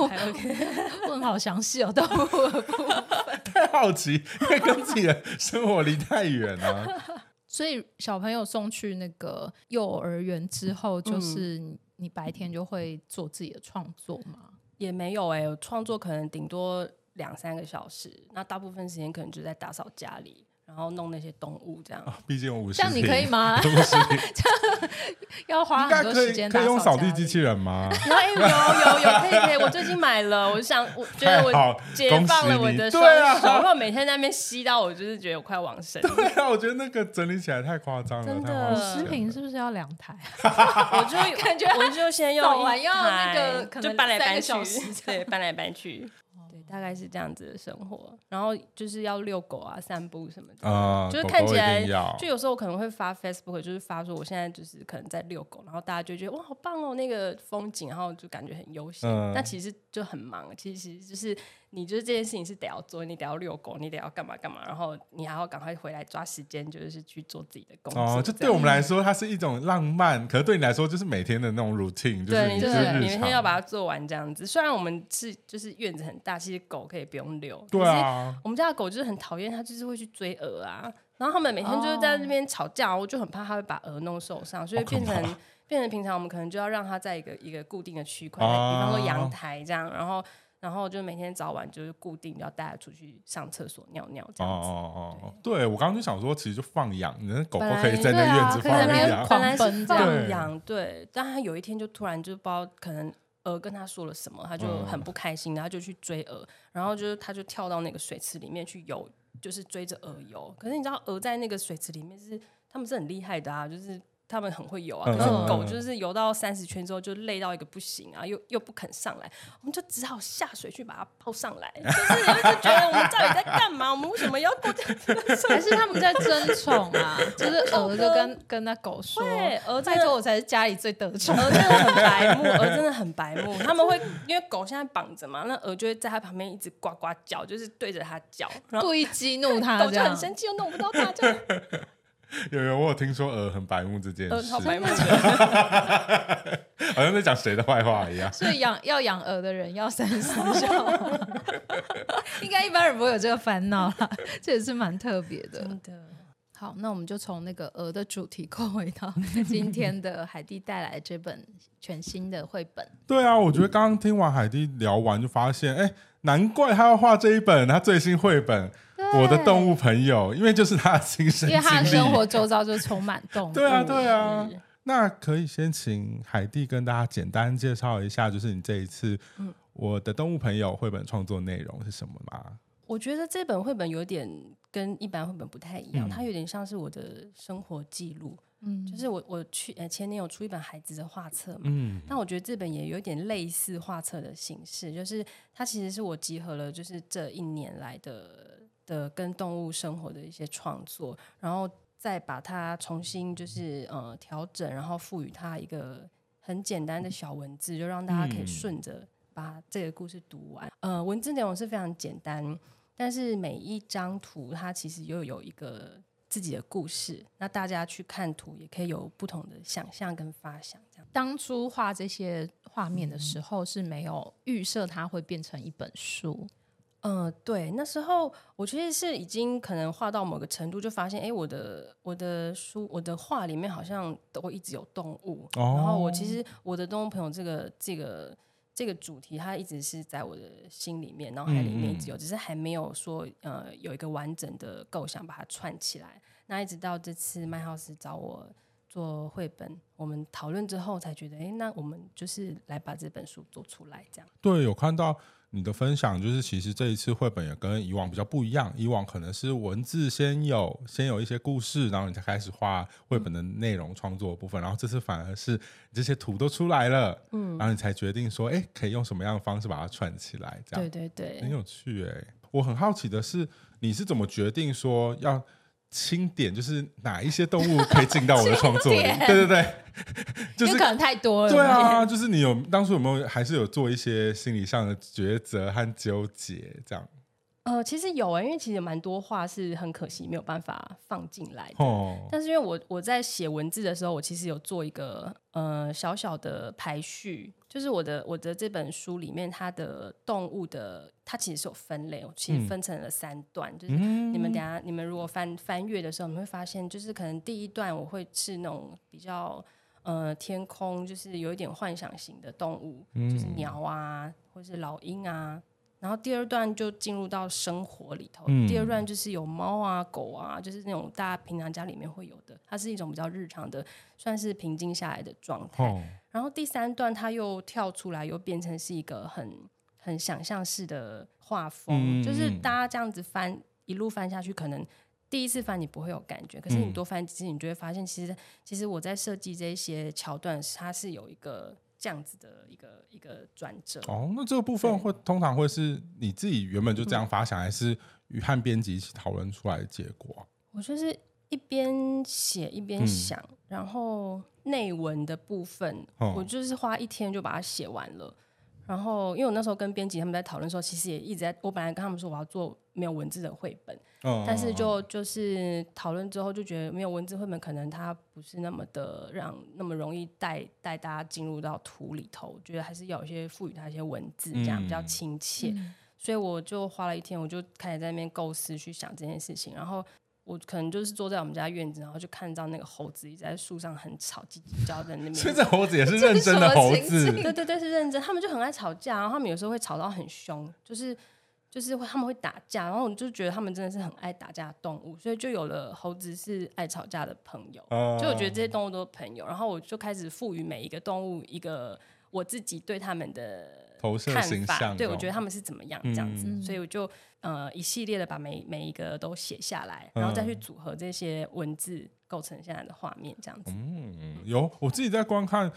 Speaker 2: 还还 OK。
Speaker 3: 问好详细哦，动物的部分
Speaker 1: 太好奇，因为跟自己的生活离太远了、
Speaker 3: 所以小朋友送去那个幼儿园之后，就是你你白天就会做自己的创作嘛。
Speaker 2: 也没有哎、我创作可能顶多两三个小时，那大部分时间可能就在打扫家里，然后弄那些动物这样。
Speaker 1: 哦毕竟五十，
Speaker 3: 这样你可以 吗
Speaker 1: 五十 平，
Speaker 3: 要花
Speaker 1: 应该
Speaker 3: 很多
Speaker 1: 可
Speaker 3: 时
Speaker 1: 以
Speaker 3: 间
Speaker 1: 可以用扫
Speaker 3: 扫
Speaker 1: 地机器人 吗？
Speaker 2: 有哎有有有，可以可以，我最近买了，我想我觉得
Speaker 1: 太好
Speaker 2: 我解
Speaker 1: 恭喜
Speaker 2: 放了我
Speaker 1: 你
Speaker 2: 的
Speaker 1: 对
Speaker 2: 双
Speaker 1: 啊
Speaker 2: 手，因为我每天在那边吸到，我就是觉得我快往生了。
Speaker 1: 对啊，我觉得那个整理起来太夸张了，
Speaker 2: 真的
Speaker 1: 太花时间
Speaker 3: 食
Speaker 1: 了
Speaker 3: 品是不是要两 台？
Speaker 2: 我就感觉我就先用
Speaker 3: 扫
Speaker 2: 一
Speaker 3: 完要那
Speaker 2: 台
Speaker 3: 个可
Speaker 2: 就
Speaker 3: 能
Speaker 2: 搬来
Speaker 3: 三
Speaker 2: 搬
Speaker 3: 个
Speaker 2: 去
Speaker 3: 小时，这
Speaker 2: 对，搬来搬去，对，大概是这样子的生活。然后就是要遛狗啊、散步什么的。
Speaker 1: 啊，
Speaker 2: 就是
Speaker 1: 狗
Speaker 2: 看
Speaker 1: 狗
Speaker 2: 起
Speaker 1: 一
Speaker 2: 来
Speaker 1: 定要，
Speaker 2: 就有时候我可能会发 Facebook，就是发说我现在就是可能在遛狗，然后大家就觉得哇好棒哦，那个风景，然后就感觉很悠闲。
Speaker 1: 嗯
Speaker 2: 但其实就很忙，其实就是你就是这件事情是得要做，你得要遛狗，你得要干嘛干嘛，然后你还要赶快回来抓时间，就是去做自己的工作。
Speaker 1: 哦，就
Speaker 2: 这
Speaker 1: 对
Speaker 2: 样
Speaker 1: 我们来说，它是一种浪漫，可是对你来说，就是每天的那种 routine，就是
Speaker 2: 对，
Speaker 1: 你
Speaker 2: 你
Speaker 1: 就
Speaker 2: 就是是你每
Speaker 1: 日
Speaker 2: 天要
Speaker 1: 常。
Speaker 2: 把它做完这样子。虽然我们是就是院子很大，其实狗可以不用遛。
Speaker 1: 对，啊，
Speaker 2: 我们家的狗就是很讨厌，它就是会去追鹅啊。然后他们每天就是在那边吵架，我就很怕它会把鹅弄受伤，所以
Speaker 1: 好可
Speaker 2: 变
Speaker 1: 怕
Speaker 2: 成 变成平常我们可能就要让它在一个一个固定的区块，
Speaker 1: 啊
Speaker 2: 比方说阳台这样，然后然后就每天早晚就是固定要带它出去上厕所、尿尿这
Speaker 1: 哦
Speaker 2: 样子。
Speaker 1: 哦哦哦，对我刚刚就想说，其实就放养，你的狗狗
Speaker 2: 本来
Speaker 1: 可以在
Speaker 3: 对
Speaker 1: 那
Speaker 3: 啊
Speaker 1: 院子
Speaker 3: 可以
Speaker 1: 放
Speaker 3: 在那边
Speaker 1: 养，
Speaker 3: 狂
Speaker 2: 本来是
Speaker 3: 奔这样
Speaker 2: 放养，对，但他有一天就突然就不知道可能。鹅跟他说了什么，他就很不开心，然后就去追鹅，然后就是他就跳到那个水池里面去游，就是追着鹅游。可是你知道鹅在那个水池里面是他们是很厉害的啊，就是他们很会游啊。
Speaker 1: 嗯
Speaker 2: 可是
Speaker 1: 嗯嗯
Speaker 2: 狗
Speaker 1: 嗯
Speaker 2: 就是游到三十圈之后就累到一个不行啊，又又不肯上来，我们就只好下水去把它抱上来。就是你会就觉得我们到底在干嘛？我们为什么要过这样子的生 活？
Speaker 3: 还是他们在争宠 啊？就是鹅就跟跟那狗 说
Speaker 2: 对，鹅：“在
Speaker 3: 拜托，我才是家里最得宠。
Speaker 2: 鹅真的很白目，鹅真的很白目。他们会因为狗现在绑着嘛，那鹅就会在它旁边一直呱呱叫，就是对着它叫，”然 后
Speaker 3: 故意激怒他，
Speaker 2: 狗
Speaker 3: 这
Speaker 2: 就
Speaker 3: 样
Speaker 2: 很生气，又弄不到它，这样
Speaker 1: 有有，我有听说呃鹅很白目这件
Speaker 2: 鹅
Speaker 1: 事，
Speaker 2: 呃好白目。
Speaker 1: 好像在讲谁的坏话一样。
Speaker 3: 所以养要养鹅的人要三思 笑，应该一般人不会有这个烦恼啦，这也是蛮特别的。
Speaker 2: 的，
Speaker 3: 嗯好，那我们就从那个鹅的主题扣回到今天的海蒂带来这本全新的绘本。
Speaker 1: 对啊，我觉得刚刚听完海蒂聊完，就发现，哎，难怪他要画这一本他最新绘本《我的动
Speaker 3: 物，
Speaker 1: 物朋友》，因为就是他的亲身
Speaker 3: 因
Speaker 1: 经
Speaker 3: 为
Speaker 1: 历。
Speaker 3: 他的生活周遭就充满动 物。
Speaker 1: 对啊，对啊。那可以先请海蒂跟大家简单介绍一下，就是你这一次《我的动物朋友》绘本创作内容是什么吗？
Speaker 2: 我觉得这本绘本有点跟一般绘本不太一样，
Speaker 1: 嗯
Speaker 2: 它有点像是我的生活记录。
Speaker 3: 嗯，
Speaker 2: 就是我我去呃前年有出一本孩子的画册嘛，
Speaker 1: 嗯
Speaker 2: 那我觉得这本也有点类似画册的形式，就是它其实是我集合了就是这一年来的的跟动物生活的一些创作，然后再把它重新就是呃调整，然后赋予它一个很简单的小文字，就让大家可以
Speaker 1: 嗯
Speaker 2: 顺着把这个故事读完。呃，文字内容是非常简单，但是每一张图它其实又有一个。自己的故事，那大家去看图也可以有不同的想象跟发想，这样。
Speaker 3: 当初画这些画面的时候是没有预设它会变成一本书，
Speaker 2: 嗯，对，那时候我其实是已经可能画到某个程度，就发现，哎，我的我的书我的画里面好像都一直有动物，
Speaker 1: 哦
Speaker 2: 然后我其实我的动物朋友这个这个这个主题，它一直是在我的心里面，脑海里
Speaker 1: 嗯
Speaker 2: 面一直有，只是还没有说呃有一个完整的构想把它串起来。那一直到这次麦浩斯找我做绘本，我们讨论之后才觉得，哎，那我们就是来把这本书做出来这样。
Speaker 1: 对，有看到你的分享，就是其实这一次绘本也跟以往比较不一样，以往可能是文字先有先有一些故事，然后你才开始画绘本的内容创作的部分，然后这次反而是这些图都出来了，嗯，然后你才决定说，哎，可以用什么样的方式把它串起来，这样
Speaker 2: 对对对，
Speaker 1: 很有趣哎、我很好奇的是，你是怎么决定说要清点，就是哪一些动物可以进到我的创作里？
Speaker 3: 清点
Speaker 1: 对对对，就是
Speaker 3: 因为可能太多了。
Speaker 1: 对， 啊，就是你有当初有没有还是有做一些心理上的抉择和纠结这样？
Speaker 2: 呃，其实有啊、因为其实蛮多话是很可惜没有办法放进来的。
Speaker 1: 哦，
Speaker 2: 但是因为我我在写文字的时候，我其实有做一个呃小小的排序，就是我的我的这本书里面它的动物的它其实是有分类，我其实
Speaker 1: 嗯
Speaker 2: 分成了三段，就是
Speaker 1: 嗯
Speaker 2: 你们等一下，你们如果翻翻阅的时候，你们会发现，就是可能第一段我会是那种比较呃天空，就是有一点幻想型的动物，
Speaker 1: 嗯
Speaker 2: 就是鸟啊，或是老鹰啊。然后第二段就进入到生活里头，
Speaker 1: 嗯
Speaker 2: 第二段就是有猫啊、狗啊，就是那种大家平常家里面会有的，它是一种比较日常的，算是平静下来的状态。
Speaker 1: 哦，
Speaker 2: 然后第三段它又跳出来，又变成是一个很很想象式的画风，
Speaker 1: 嗯
Speaker 2: 哦就是大家这样子翻一路翻下去，可能第一次翻你不会有感觉，可是你
Speaker 1: 嗯
Speaker 2: 多翻几次，你就会发现，其实其实我在设计这些桥段时，它是有一个这样子的一个一个转折。
Speaker 1: 哦，那这个部分会通常会是你自己原本就这样发想，还是与和编辑一起讨论出来的结果啊？
Speaker 2: 我就是一边写一边
Speaker 1: 嗯
Speaker 2: 想，然后内文的部分，
Speaker 1: 哦
Speaker 2: 我就是花一天就把它写完了。然后，因为我那时候跟编辑他们在讨论的时候，其实也一直在，我本来跟他们说我要做没有文字的绘本，
Speaker 1: 嗯，
Speaker 2: 但是就就是讨论之后就觉得没有文字绘本可能它不是那么的让那么容易带带大家进入到图里头，我觉得还是要有一些赋予它一些文字，这样比较
Speaker 1: 嗯
Speaker 2: 亲切。所以我就花了一天，我就开始在那边构思去想这件事情，然后。我可能就是坐在我们家院子，然后就看到那个猴子一直在树上很吵，叽叽叫在那 边。
Speaker 1: 所以这猴子也是认真的猴子，
Speaker 2: 对对对，是认真。他们就很爱吵架，然后他们有时候会吵到很凶，就是就是会他们会打架，然后我就觉得他们真的是很爱打架的动物，所以就有了猴子是爱吵架的朋友。
Speaker 1: 哦
Speaker 2: 所以我觉得这些动物都是朋友，然后我就开始赋予每一个动物一个我自己对他们的
Speaker 1: 投射
Speaker 2: 看
Speaker 1: 形
Speaker 2: 法，
Speaker 1: 象，哦
Speaker 2: 对我觉得
Speaker 1: 他
Speaker 2: 他们是怎么样这样子，
Speaker 3: 嗯
Speaker 2: 所以我就呃一系列的把每每一个都写下来，然后再去
Speaker 1: 嗯
Speaker 2: 组合这些文字构成现在的画面这样子。
Speaker 1: 嗯有我自己在观看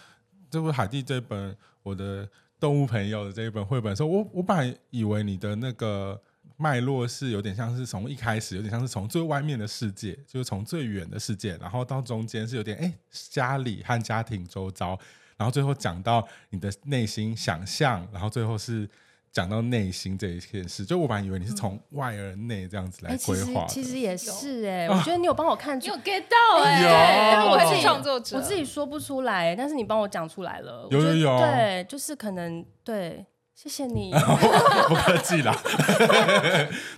Speaker 1: 这部海蒂这本我的动物朋友的这一本绘本的时候，我我本来以为你的那个脉络是有点像是从一开始，有点像是从最外面的世界，就是从最远的世界，然后到中间是有点哎、家里和家庭周遭，然后最后讲到你的内心想象，然后最后是。讲到内心这一件事，就我本来以为你是从外而内这样子来
Speaker 2: 哎，嗯其
Speaker 1: 规
Speaker 2: 实
Speaker 1: 划的、
Speaker 2: 其实也是哎、我觉得你有帮我看
Speaker 3: 你
Speaker 2: 出
Speaker 3: 有 get 到哎、
Speaker 1: 有啊
Speaker 3: 但是我
Speaker 1: 我自
Speaker 3: 是
Speaker 1: 己
Speaker 3: 创作者，
Speaker 2: 我自己说不出来，但是你帮我讲出来了。
Speaker 1: 有
Speaker 2: 我觉得
Speaker 1: 有有
Speaker 2: 对，就是可能对，谢 谢你。
Speaker 1: 不客气啦。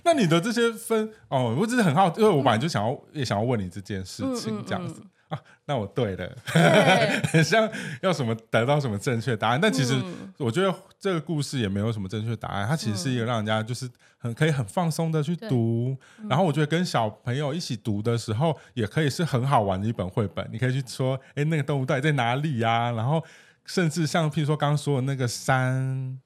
Speaker 1: 那你的这些分哦，我只是很好，因为我本来就想要、也想要问你这件事情，这样子、
Speaker 2: 嗯
Speaker 1: 啊。那我对了，
Speaker 2: 对，
Speaker 1: 很像要什么得到什么正确答案，但其实
Speaker 2: 嗯
Speaker 1: 我觉得这个故事也没有什么正确答案，它其实是一个让人家就是很可以很放松的去读，然后我觉得跟小朋友一起读的时候，也可以是很好玩的一本绘本，你可以去说，哎，啊那个动物到底在哪里呀、然后甚至像譬如说刚刚说的那个山。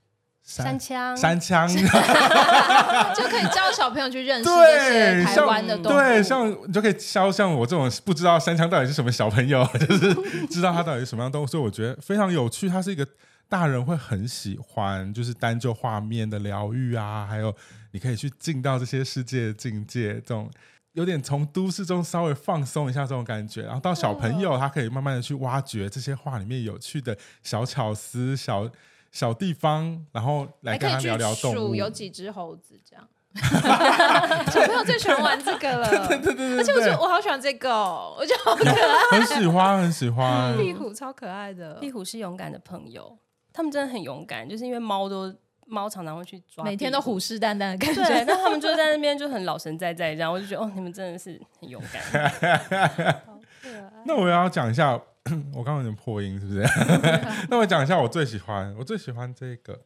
Speaker 2: 山枪，
Speaker 1: 山枪，
Speaker 3: 就可以教小朋友去认识这些
Speaker 1: 对，
Speaker 3: 台湾的
Speaker 1: 像
Speaker 3: 动物。
Speaker 1: 对，像你就可以教像我这种不知道山枪到底是什么小朋友，就是知道它到底是什么样的动物，所以我觉得非常有趣。它是一个大人会很喜欢，就是单就画面的疗愈啊，还有你可以去进到这些世界的境界，这种有点从都市中稍微放松一下这种感觉。然后到小朋友，他可以慢慢的去挖掘这些画里面有趣的小巧思、小小地方，然后来
Speaker 3: 还
Speaker 1: 跟
Speaker 3: 哎可
Speaker 1: 他
Speaker 3: 以去
Speaker 1: 聊聊动
Speaker 3: 数
Speaker 1: 物。
Speaker 3: 有几只猴子 这样。小朋友最喜欢玩这个了，对对对而且我觉得我好喜欢这个哦，我觉得好可爱，
Speaker 1: 很喜欢，很喜欢。
Speaker 3: 壁虎超可爱的，
Speaker 2: 壁虎是勇敢的朋友，他们真的很勇敢，就是因为猫都猫常常会去抓，
Speaker 3: 每天都虎。视眈眈的感
Speaker 2: 对，
Speaker 3: 觉，
Speaker 2: 那他们就在那边就很老神在在这样，我就觉得哦，你们真的是很勇敢。
Speaker 3: 好可爱。
Speaker 1: 那我也要讲一下， 我刚刚有点破音，是不是？ 那我讲一下我最喜欢，我最喜欢这个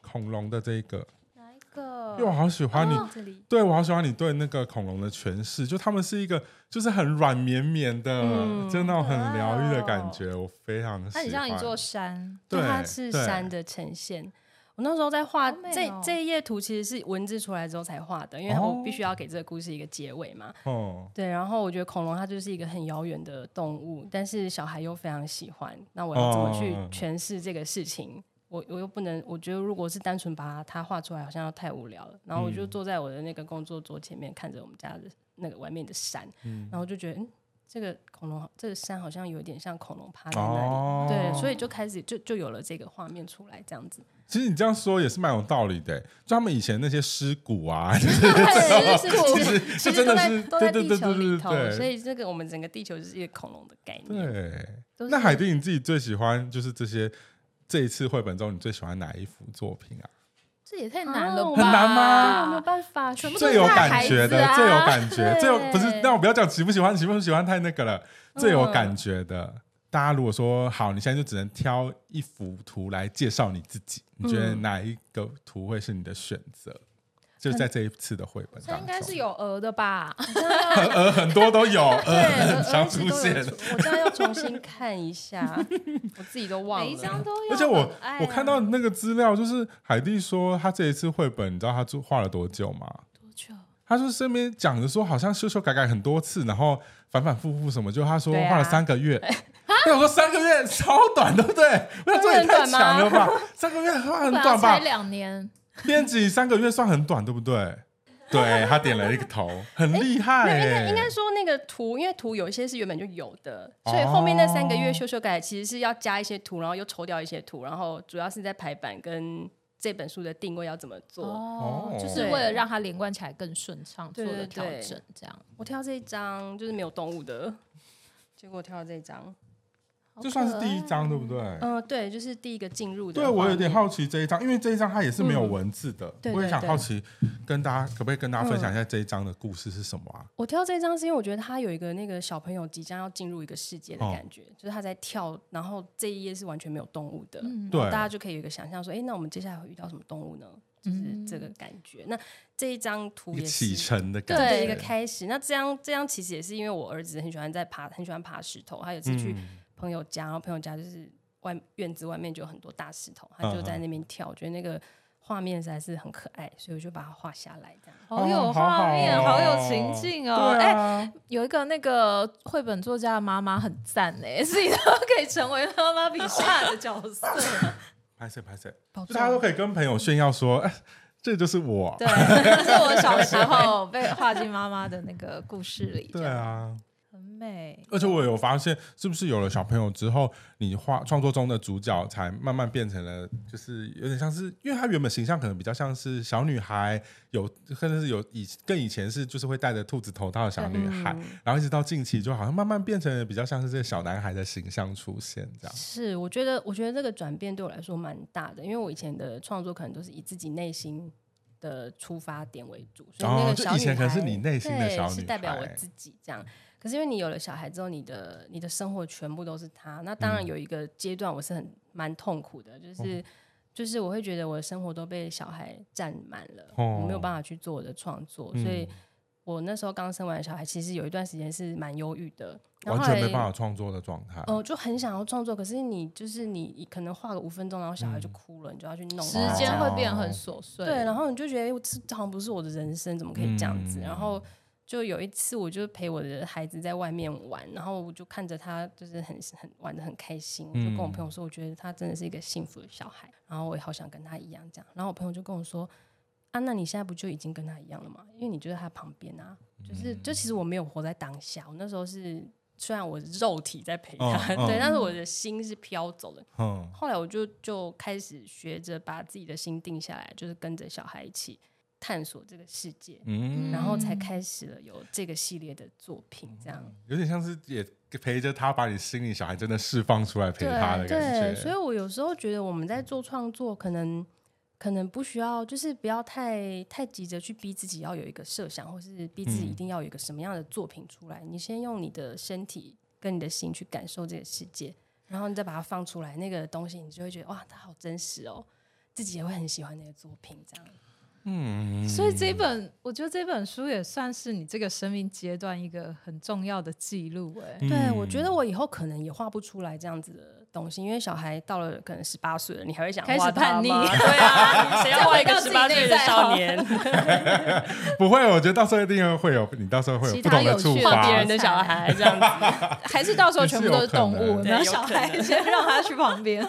Speaker 1: 恐龙的这个，
Speaker 3: 哪一个
Speaker 2: 嗯
Speaker 1: 因为我好喜欢你，
Speaker 2: 这里
Speaker 1: 对我好喜欢你对那个恐龙的诠释，就他们是一个就是很软绵绵的，
Speaker 2: 嗯哦
Speaker 1: 就那种很
Speaker 3: 哇哦
Speaker 1: 疗愈的感觉，我非常喜欢。
Speaker 3: 那你像一座山，
Speaker 2: 就
Speaker 1: 对，
Speaker 2: 它是
Speaker 1: 对
Speaker 2: 山，的呈现。我那时候在画、
Speaker 3: 好美
Speaker 2: 这
Speaker 3: 哦
Speaker 2: 这一页图，其实是文字出来之后才画的，因为
Speaker 1: 哦
Speaker 2: 我必须要给这个故事一个结尾嘛。
Speaker 1: 哦，
Speaker 2: 对，然后我觉得恐龙它就是一个很遥远的动物，但是小孩又非常喜欢。那我要怎么去
Speaker 1: 哦
Speaker 2: 诠释这个事情？我我又不能，我觉得如果是单纯把它画出来，好像又太无聊了。然后我就
Speaker 1: 嗯
Speaker 2: 坐在我的那个工作桌前面，看着我们家的那个外面的山，
Speaker 1: 嗯，
Speaker 2: 然后就觉得，嗯，这个恐龙，这个山好像有点像恐龙趴在那里。
Speaker 1: 哦，
Speaker 2: 对，所以就开始就就有了这个画面出来，这样子。
Speaker 1: 其实你这样说也是蛮有道理的，就他们以前那些尸骨 啊，
Speaker 2: 对，是
Speaker 1: 其实
Speaker 2: 是是，
Speaker 1: 是真
Speaker 2: 其实
Speaker 1: 的
Speaker 2: 都在
Speaker 1: 是
Speaker 2: 都在
Speaker 1: 对
Speaker 2: 地
Speaker 1: 对对
Speaker 2: 球
Speaker 1: 对
Speaker 2: 里
Speaker 1: 对
Speaker 2: 头
Speaker 1: 对，
Speaker 2: 所以这个我们整个地球就是一个恐龙的概念。
Speaker 1: 对。
Speaker 2: 都
Speaker 1: 那
Speaker 2: 是
Speaker 1: 海蒂，你自己最喜欢就是这些这一次绘本中，你最喜欢哪一幅作品啊？
Speaker 3: 这也太难了吧？
Speaker 2: 啊
Speaker 1: 很难吗
Speaker 2: 对，我没有办法，全部都
Speaker 1: 最
Speaker 2: 是
Speaker 1: 有
Speaker 2: 大
Speaker 1: 感
Speaker 2: 孩
Speaker 1: 觉的，
Speaker 3: 大孩子啊
Speaker 1: 最有感觉，
Speaker 2: 对
Speaker 1: 最有不是？那我不要讲喜不喜欢，喜不喜欢太那个了。最有感觉的，大家如果说好，你现在就只能挑一幅图来介绍你自己，你觉得哪一个图会是你的选择？就在这一次的绘本当中，
Speaker 3: 它应该是有鹅的吧？
Speaker 1: 呃 很多都有， 呃，很
Speaker 2: 对，
Speaker 1: 常出
Speaker 2: 而且都
Speaker 1: 现。
Speaker 2: 有出我这样要重新看 一下，我自己都 忘
Speaker 3: 每一张
Speaker 2: 了。
Speaker 3: 都有，
Speaker 1: 而且我
Speaker 3: 很
Speaker 2: 哎
Speaker 3: 爱啊
Speaker 1: 我看到那个资料，就是海蒂说他这一次绘本，你知道他做画了多久吗？
Speaker 3: 多久？
Speaker 1: 他说身边讲着说好像修修改改很多次，然后反反复复什么，就他说
Speaker 2: 对啊
Speaker 1: 画了三个 月。那我说三个月超短，对不对？我想这也
Speaker 2: 很
Speaker 1: 太
Speaker 2: 短吗
Speaker 1: 强了吧！三个月画很
Speaker 3: 不然
Speaker 1: 短吧
Speaker 3: 才？两年，
Speaker 1: 编辑三个月算很短，对不对？对他点了一个头，很厉害、
Speaker 2: 没有，应
Speaker 1: 欸
Speaker 2: 该应该说那个图，因为图有一些是原本就有的，
Speaker 1: 哦
Speaker 2: 所以后面那三个月修修改改其实是要加一些图，然后又抽掉一些图，然后主要是在排版跟这本书的定位要怎么做。
Speaker 3: 哦
Speaker 1: 哦，
Speaker 3: 就是为了让它连贯起来更顺畅，做
Speaker 2: 对
Speaker 3: 了调
Speaker 2: 对对
Speaker 3: 整，这样
Speaker 2: 我挑这一张就是没有动物的，结果挑了这一张，
Speaker 1: 这算是第一张，对不对？
Speaker 2: 嗯、对，就是第一个进入的
Speaker 1: 对
Speaker 2: 画面。
Speaker 1: 我有点好奇这一张，因为这一张它也是没有文字的，
Speaker 2: 对
Speaker 1: 我也
Speaker 2: 对
Speaker 1: 想
Speaker 2: 对嗯
Speaker 1: 好奇跟大家可不可以跟大家分享一下这一张的故事是什么啊？
Speaker 2: 我挑这张是因为我觉得他有一个那个小朋友即将要进入一个世界的
Speaker 1: 哦
Speaker 2: 感觉，就是他在跳，然后这一页是完全没有动物的，
Speaker 3: 嗯
Speaker 1: 对
Speaker 2: 然后大家就可以有一个想象说，哎，那我们接下来会遇到什么动物呢？就是
Speaker 3: 嗯
Speaker 2: 这个感觉。那这一张图
Speaker 1: 一
Speaker 2: 也
Speaker 1: 个启
Speaker 2: 是。
Speaker 1: 程的感觉，
Speaker 2: 对，一个开始。那这样这样其实也是因为我儿子很喜欢在爬，很喜欢爬石头。他有一次去
Speaker 1: 嗯
Speaker 2: 朋友家，然后朋友家就是外院子外面就有很多大石头，他
Speaker 1: 嗯
Speaker 2: 就在那边跳。我觉得那个画面实在是很可爱，所以我就把它画下来。这样，
Speaker 3: 好
Speaker 1: 哦
Speaker 3: 有
Speaker 1: 好好
Speaker 3: 画面，
Speaker 1: 哦
Speaker 3: 好有情境哦。
Speaker 1: 对
Speaker 3: 哎，
Speaker 1: 啊，
Speaker 3: 有一个那个绘本作家的妈妈很赞哎，自己都可以成为妈妈笔下的角色，
Speaker 1: 拍摄拍摄，
Speaker 2: 保
Speaker 1: 就大家都可以跟朋友炫耀说，哎这就是我。
Speaker 3: 对，这是我小时候被画进妈妈的那个故事里，
Speaker 1: 对，啊，
Speaker 3: 很美。
Speaker 1: 而且我有发现，是不是有了小朋友之后，你画创作中的主角才慢慢变成了，就是有点像是，因为他原本形象可能比较像是小女孩，有甚至是有以更以前是就是会戴着兔子头套的小女孩，然后一直到近期就好像慢慢变成了比较像是这个小男孩的形象出现这样。
Speaker 2: 是，我觉得，我觉得这个转变对我来说蛮大的，因为我以前的创作可能都是以自己内心的出发点为主，所以那
Speaker 1: 哦
Speaker 2: 个
Speaker 1: 就
Speaker 2: 小
Speaker 1: 以
Speaker 2: 女孩、
Speaker 1: 前可能是你内心的
Speaker 2: 对
Speaker 1: 小
Speaker 2: 是
Speaker 1: 女
Speaker 2: 代表我
Speaker 1: 孩
Speaker 2: 自己这样。可是因为你有了小孩之后，你的你的生活全部都是他，那当然
Speaker 1: 嗯
Speaker 2: 有一个阶段我是很蛮痛苦的，
Speaker 1: 哦
Speaker 2: 就是、就是我会觉得我的生活都被小孩占满了，我没有
Speaker 1: 哦嗯
Speaker 2: 办法去做我的创作，所以。我那时候刚生完小孩，其实有一段时间是蛮忧郁的，然
Speaker 1: 完
Speaker 2: 后后
Speaker 1: 全
Speaker 2: 来
Speaker 1: 没办法创作的状态。
Speaker 2: 呃，就很想要创作，可是你就是你可能画个五分钟，然后小孩就哭了，你就要去弄
Speaker 3: 时
Speaker 2: 它
Speaker 3: 间会变
Speaker 1: 哦
Speaker 3: 很琐碎。
Speaker 2: 对，然后你就觉得哎这这好像不是我的人生，怎么可以这样
Speaker 1: 嗯
Speaker 2: 子？然后就有一次，我就陪我的孩子在外面玩，然后我就看着他，就是很很玩的很开心，我就跟我朋友说，我觉得他真的是一个幸福的小孩，然后我也好想跟他一样这样。然后我朋友就跟我说。啊，那你现在不就已经跟他一样了吗？因为你就在他旁边啊，就是就其实我没有活在当下，我那时候是虽然我肉体在陪他，
Speaker 1: 嗯嗯
Speaker 2: 对，但是我的心是飘走的，
Speaker 1: 嗯，
Speaker 2: 后来我就就开始学着把自己的心定下来，就是跟着小孩一起探索这个世界，
Speaker 1: 嗯，
Speaker 2: 然后才开始了有这个系列的作品。这样，
Speaker 1: 有点像是也陪着他，把你心里小孩真的释放出来，陪他的感觉。
Speaker 2: 对，所以我有时候觉得我们在做创作，可能可能不需要，就是不要太太急着去逼自己要有一个设想，或是逼自己
Speaker 1: 嗯
Speaker 2: 一定要有一个什么样的作品出来。你先用你的身体跟你的心去感受这个世界，然后你再把它放出来，那个东西你就会觉得哇，它好真实哦，自己也会很喜欢那个作品这样。
Speaker 1: 嗯，
Speaker 3: 所以这本，我觉得这本书也算是你这个生命阶段一个很重要的记录、哎、
Speaker 2: 对，
Speaker 1: 嗯
Speaker 2: 我觉得我以后可能也画不出来这样子的东西，因为小孩到了可能十八岁了，你还会想
Speaker 3: 开始
Speaker 2: 画他
Speaker 3: 叛逆
Speaker 2: 吗 对啊， 谁要画一个
Speaker 3: 再回到自
Speaker 2: 十
Speaker 3: 己
Speaker 2: 八岁
Speaker 3: 内
Speaker 2: 的
Speaker 3: 在
Speaker 2: 少
Speaker 3: 好
Speaker 2: 年，
Speaker 1: 不会，我觉得到时候一定会有，你到时候会有
Speaker 3: 其
Speaker 1: 不
Speaker 3: 他
Speaker 1: 同的
Speaker 3: 有趣
Speaker 1: 触
Speaker 3: 的
Speaker 2: 画
Speaker 1: 发。
Speaker 2: 别人的小孩这样子？
Speaker 3: 还是到时候全部都是动 物，
Speaker 1: 是
Speaker 2: 有可能
Speaker 3: 然后小孩
Speaker 2: 对有可能
Speaker 3: 先让他去旁边。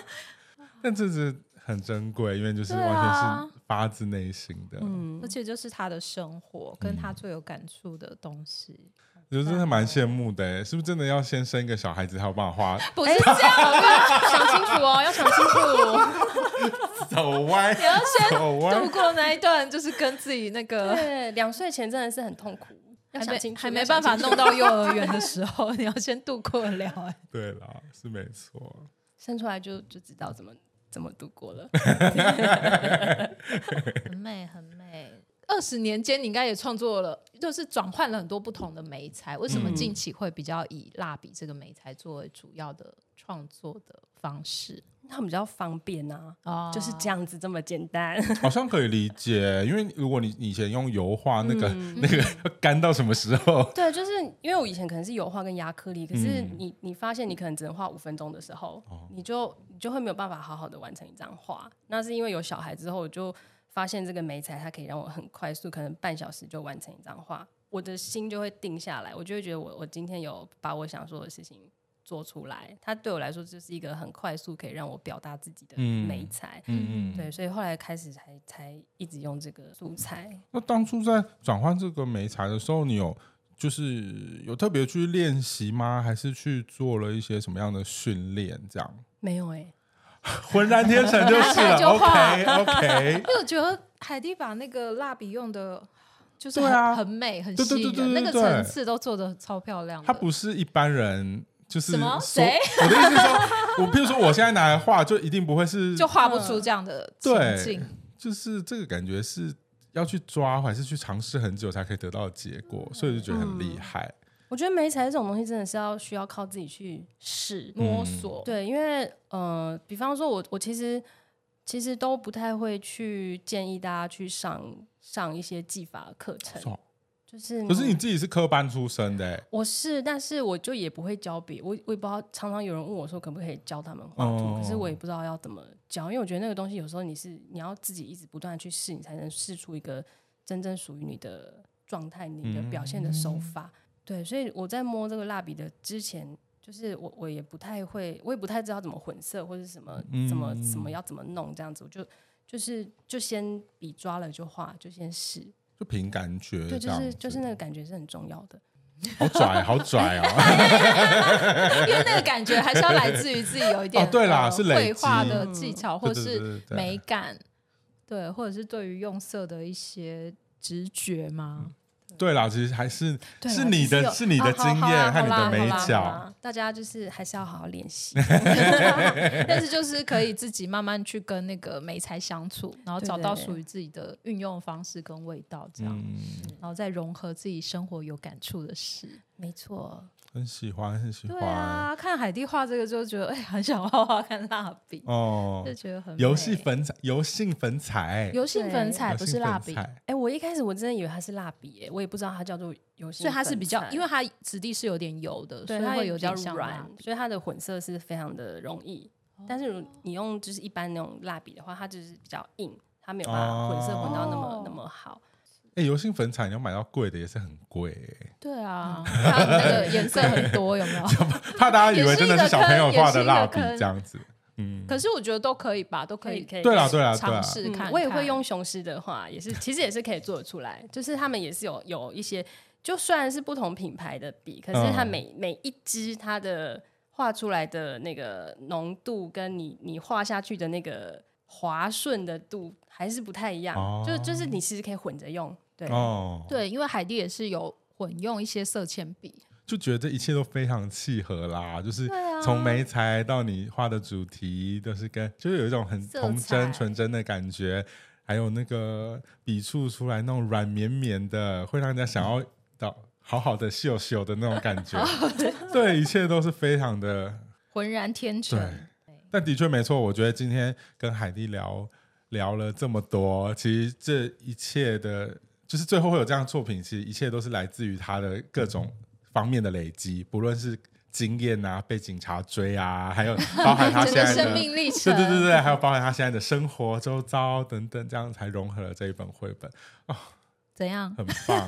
Speaker 1: 但这是很珍贵，因为就是
Speaker 3: 对
Speaker 1: 完
Speaker 3: 啊
Speaker 1: 全是发自内心的，
Speaker 2: 嗯
Speaker 3: 而，且就是他的生活，跟他最有感触的东西，
Speaker 1: 我觉得真的蛮羡慕的
Speaker 3: 啊
Speaker 1: 欸。是不是真的要先生一个小孩子才有办 法
Speaker 3: 不是这样，
Speaker 2: 想清楚哦，要想清楚。
Speaker 1: 画走歪？
Speaker 3: 你要先
Speaker 1: 走歪
Speaker 3: 度过那一段，就是跟自己那个
Speaker 2: 对，两岁前真的是很痛苦，要
Speaker 3: 还
Speaker 2: 想
Speaker 3: 没
Speaker 2: 清楚，
Speaker 3: 还
Speaker 2: 要
Speaker 3: 没办
Speaker 2: 想
Speaker 3: 法
Speaker 2: 清楚
Speaker 3: 弄到幼儿园的时候， 你要先度过得了、哎，
Speaker 1: 对啦，是没错。
Speaker 2: 生出来就就知道怎么怎么度过 了。
Speaker 3: 很美，很美。二十年间，你应该也创作了，就是转换了很多不同的媒材。为什么
Speaker 2: 嗯
Speaker 3: 近期会比较以蜡笔这个媒材作为主要的创作的方式？
Speaker 2: 他们比较方便啊，
Speaker 3: 哦
Speaker 2: 就是这样子这么简单。
Speaker 1: 好像可以理解，因为如果你以前用油画，那个、
Speaker 3: 嗯
Speaker 1: 那个 会干到什么时候？
Speaker 2: 对，就是因为我以前可能是油画跟压克力，可是
Speaker 1: 嗯哦
Speaker 2: 你你发现你可能只能画五分钟的时候，你就你就会没有办法好好的完成一张画。那是因为有小孩之后，我就发现这个美材它可以让我很快速，可能半小时就完成一张画，我的心就会定下来，我就会觉得我我今天有把我想做的事情做出来。它对我来说就是一个很快速可以让我表达自己的
Speaker 1: 嗯
Speaker 2: 美材。
Speaker 1: 嗯嗯。
Speaker 2: 对，所以后来开始才才一直用这个素材。
Speaker 1: 那当初在转换这个媒材的时候，你有就是有特别去练习吗？还是去做了一些什么样的训练？这样
Speaker 2: 没有哎、
Speaker 1: 浑然天成 就是
Speaker 3: 拿
Speaker 1: 了
Speaker 3: 起来。就画
Speaker 1: OK OK
Speaker 3: 因。为我觉得海蒂把那个蜡笔用的，就是
Speaker 1: 对
Speaker 3: 很、
Speaker 1: 啊
Speaker 3: 很美，很
Speaker 1: 对
Speaker 3: 吸
Speaker 1: 对
Speaker 3: 引
Speaker 1: 对
Speaker 3: 人，
Speaker 1: 对
Speaker 3: 那个
Speaker 1: 对
Speaker 3: 层次都做的超漂亮的。
Speaker 1: 他不是一般人，就是
Speaker 3: 什么
Speaker 1: 所
Speaker 3: 谁？
Speaker 1: 我的意思是说，我譬如说我现在拿来画，就一定不会是
Speaker 3: 就画不出这样的情
Speaker 1: 对
Speaker 3: 境。，
Speaker 1: 就是这个感觉是要去抓，还是去尝试很久才可以得到的结果，所以就觉得很
Speaker 2: 嗯
Speaker 1: 厉害。
Speaker 2: 我觉得美材这种东西真的是要需要靠自己去试。
Speaker 1: 嗯
Speaker 3: 摸索，
Speaker 2: 对，因为呃，比方说我我其实其实都不太会去建议大家去上上一些技法课程，
Speaker 1: 错
Speaker 2: 就是
Speaker 1: 哦可是你自己是科班出身的、欸，
Speaker 2: 我是，但是我就也不会教别我，我也不知道。常常有人问我说可不可以教他们画图，
Speaker 1: 哦
Speaker 2: 可是我也不知道要怎么教，因为我觉得那个东西有时候你是你要自己一直不断的去试，你才能试出一个真正属于你的状态、你的表现的
Speaker 1: 嗯
Speaker 2: 手法。对，所以我在摸这个蜡笔的之前，就是我我也不太会，我也不太知道怎么混色或者什么怎么
Speaker 1: 嗯
Speaker 2: 怎么要怎么弄这样子，我就就是就先笔抓了就画，就先试。
Speaker 1: 哦就凭感觉
Speaker 2: 对，
Speaker 1: 这
Speaker 2: 就
Speaker 1: 样
Speaker 2: 是
Speaker 1: 子，
Speaker 2: 就是那个感觉是很重要的。
Speaker 1: 好拽，好拽
Speaker 3: 哎
Speaker 1: 哦！
Speaker 3: 因为那个感觉还是要来自于自己有一点
Speaker 1: 哦对啦
Speaker 3: 呃
Speaker 1: 是累积
Speaker 3: 绘画的
Speaker 2: 嗯
Speaker 3: 技巧，或
Speaker 1: 对对对
Speaker 3: 是
Speaker 1: 对对
Speaker 3: 美感，对，或者是对于用色的一些直觉吗？
Speaker 1: 对啦，其实还是
Speaker 2: 对
Speaker 1: 嗯
Speaker 2: 啊
Speaker 1: 是你
Speaker 2: 其实有
Speaker 1: 的是你
Speaker 2: 啊
Speaker 3: 哦
Speaker 1: 的
Speaker 2: 好
Speaker 1: 经
Speaker 2: 好啦
Speaker 1: 验和你
Speaker 2: 好啦
Speaker 1: 的美
Speaker 2: 好啦好
Speaker 1: 角，
Speaker 2: 啦大家就是还是要好好练习。
Speaker 3: 但是就是可以自己慢慢去跟那个美材相处，然后
Speaker 2: 对
Speaker 3: 找到
Speaker 2: 对
Speaker 3: 属于自己的运用方式跟味道，这样，
Speaker 1: 嗯
Speaker 3: 然后再融合自己生活有感触的事。
Speaker 2: 没错，
Speaker 1: 很喜欢，很喜
Speaker 3: 对
Speaker 1: 欢
Speaker 3: 啊，看海蒂画这个就觉得哎、很想画画看蜡笔，
Speaker 1: 哦
Speaker 3: 就。觉得很
Speaker 1: 游戏
Speaker 3: 美
Speaker 1: 粉彩，油性粉彩，
Speaker 3: 油性粉彩
Speaker 1: 油
Speaker 3: 不
Speaker 1: 性
Speaker 3: 是蜡
Speaker 1: 粉
Speaker 3: 笔，
Speaker 1: 彩
Speaker 2: 哎、我一开始我真的以为它是蜡笔、哎，我也不知道它叫做油
Speaker 3: 所
Speaker 2: 性
Speaker 3: 以
Speaker 2: 粉菜，
Speaker 3: 它是比较，因为它质地是有点油的，所
Speaker 2: 对
Speaker 3: 以
Speaker 2: 它
Speaker 3: 会
Speaker 2: 也
Speaker 3: 有
Speaker 2: 比较
Speaker 3: 点像
Speaker 2: 软
Speaker 3: 蜡，哦
Speaker 2: 所以它的混色是非常的容易。但是如你用就是一般那种蜡笔的话，它就是比较硬，它没有办法混色混到那么、
Speaker 3: 哦
Speaker 2: 那么好。
Speaker 1: 哎、油性粉彩你要买到贵的也是很贵、 欸，
Speaker 3: 对啊，它那个颜色很多，有没有？
Speaker 1: 怕大家以为真的
Speaker 3: 也是一个
Speaker 1: 是小朋友画的
Speaker 3: 坑
Speaker 1: 蜡笔
Speaker 3: 也是一个坑
Speaker 1: 这样子。嗯，
Speaker 3: 可是我觉得都可以吧，都 可以
Speaker 2: 可以
Speaker 1: 对啦
Speaker 2: 可以
Speaker 1: 对啦对啦
Speaker 3: 尝试
Speaker 2: 嗯
Speaker 3: 看看。
Speaker 2: 我也会用雄狮的话，也是其实也是可以做得出来，就是他们也是有有一些，就虽然是不同品牌的笔，可是它
Speaker 1: 嗯
Speaker 2: 每、每一支它的画出来的那个浓度跟你你画下去的那个滑顺的度还是不太一样，
Speaker 1: 哦
Speaker 2: 就就是你其实可以混着用，对。
Speaker 1: 哦，
Speaker 3: 对，因为海蒂也是有混用一些色铅笔，
Speaker 1: 就觉得这一切都非常契合啦，就是
Speaker 3: 对啊
Speaker 1: 从眉材到你画的主题，都是跟就是有一种很
Speaker 3: 色
Speaker 1: 童真
Speaker 3: 彩
Speaker 1: 纯真的感觉，还有那个笔触出来那种软绵绵的，会让人家想要到好好的秀秀的那种感 觉。
Speaker 3: 哦
Speaker 1: 对，一切都是非常的
Speaker 3: 浑然天成。
Speaker 1: 对，但的确没错，我觉得今天跟海蒂聊聊了这么多，其实这一切的，就是最后会有这样的作品，其实一切都是来自于他的各种方面的累积，不论是经验啊，被警察追啊，还有包含他
Speaker 3: 整
Speaker 1: 现
Speaker 3: 个
Speaker 1: 在
Speaker 3: 生
Speaker 1: 的。
Speaker 3: 命历
Speaker 1: 对
Speaker 3: 程，
Speaker 1: 对对对，还有包含他现在的生活周遭等等，这样才融合了这一本绘本，
Speaker 3: 怎 样？
Speaker 1: 很棒啊、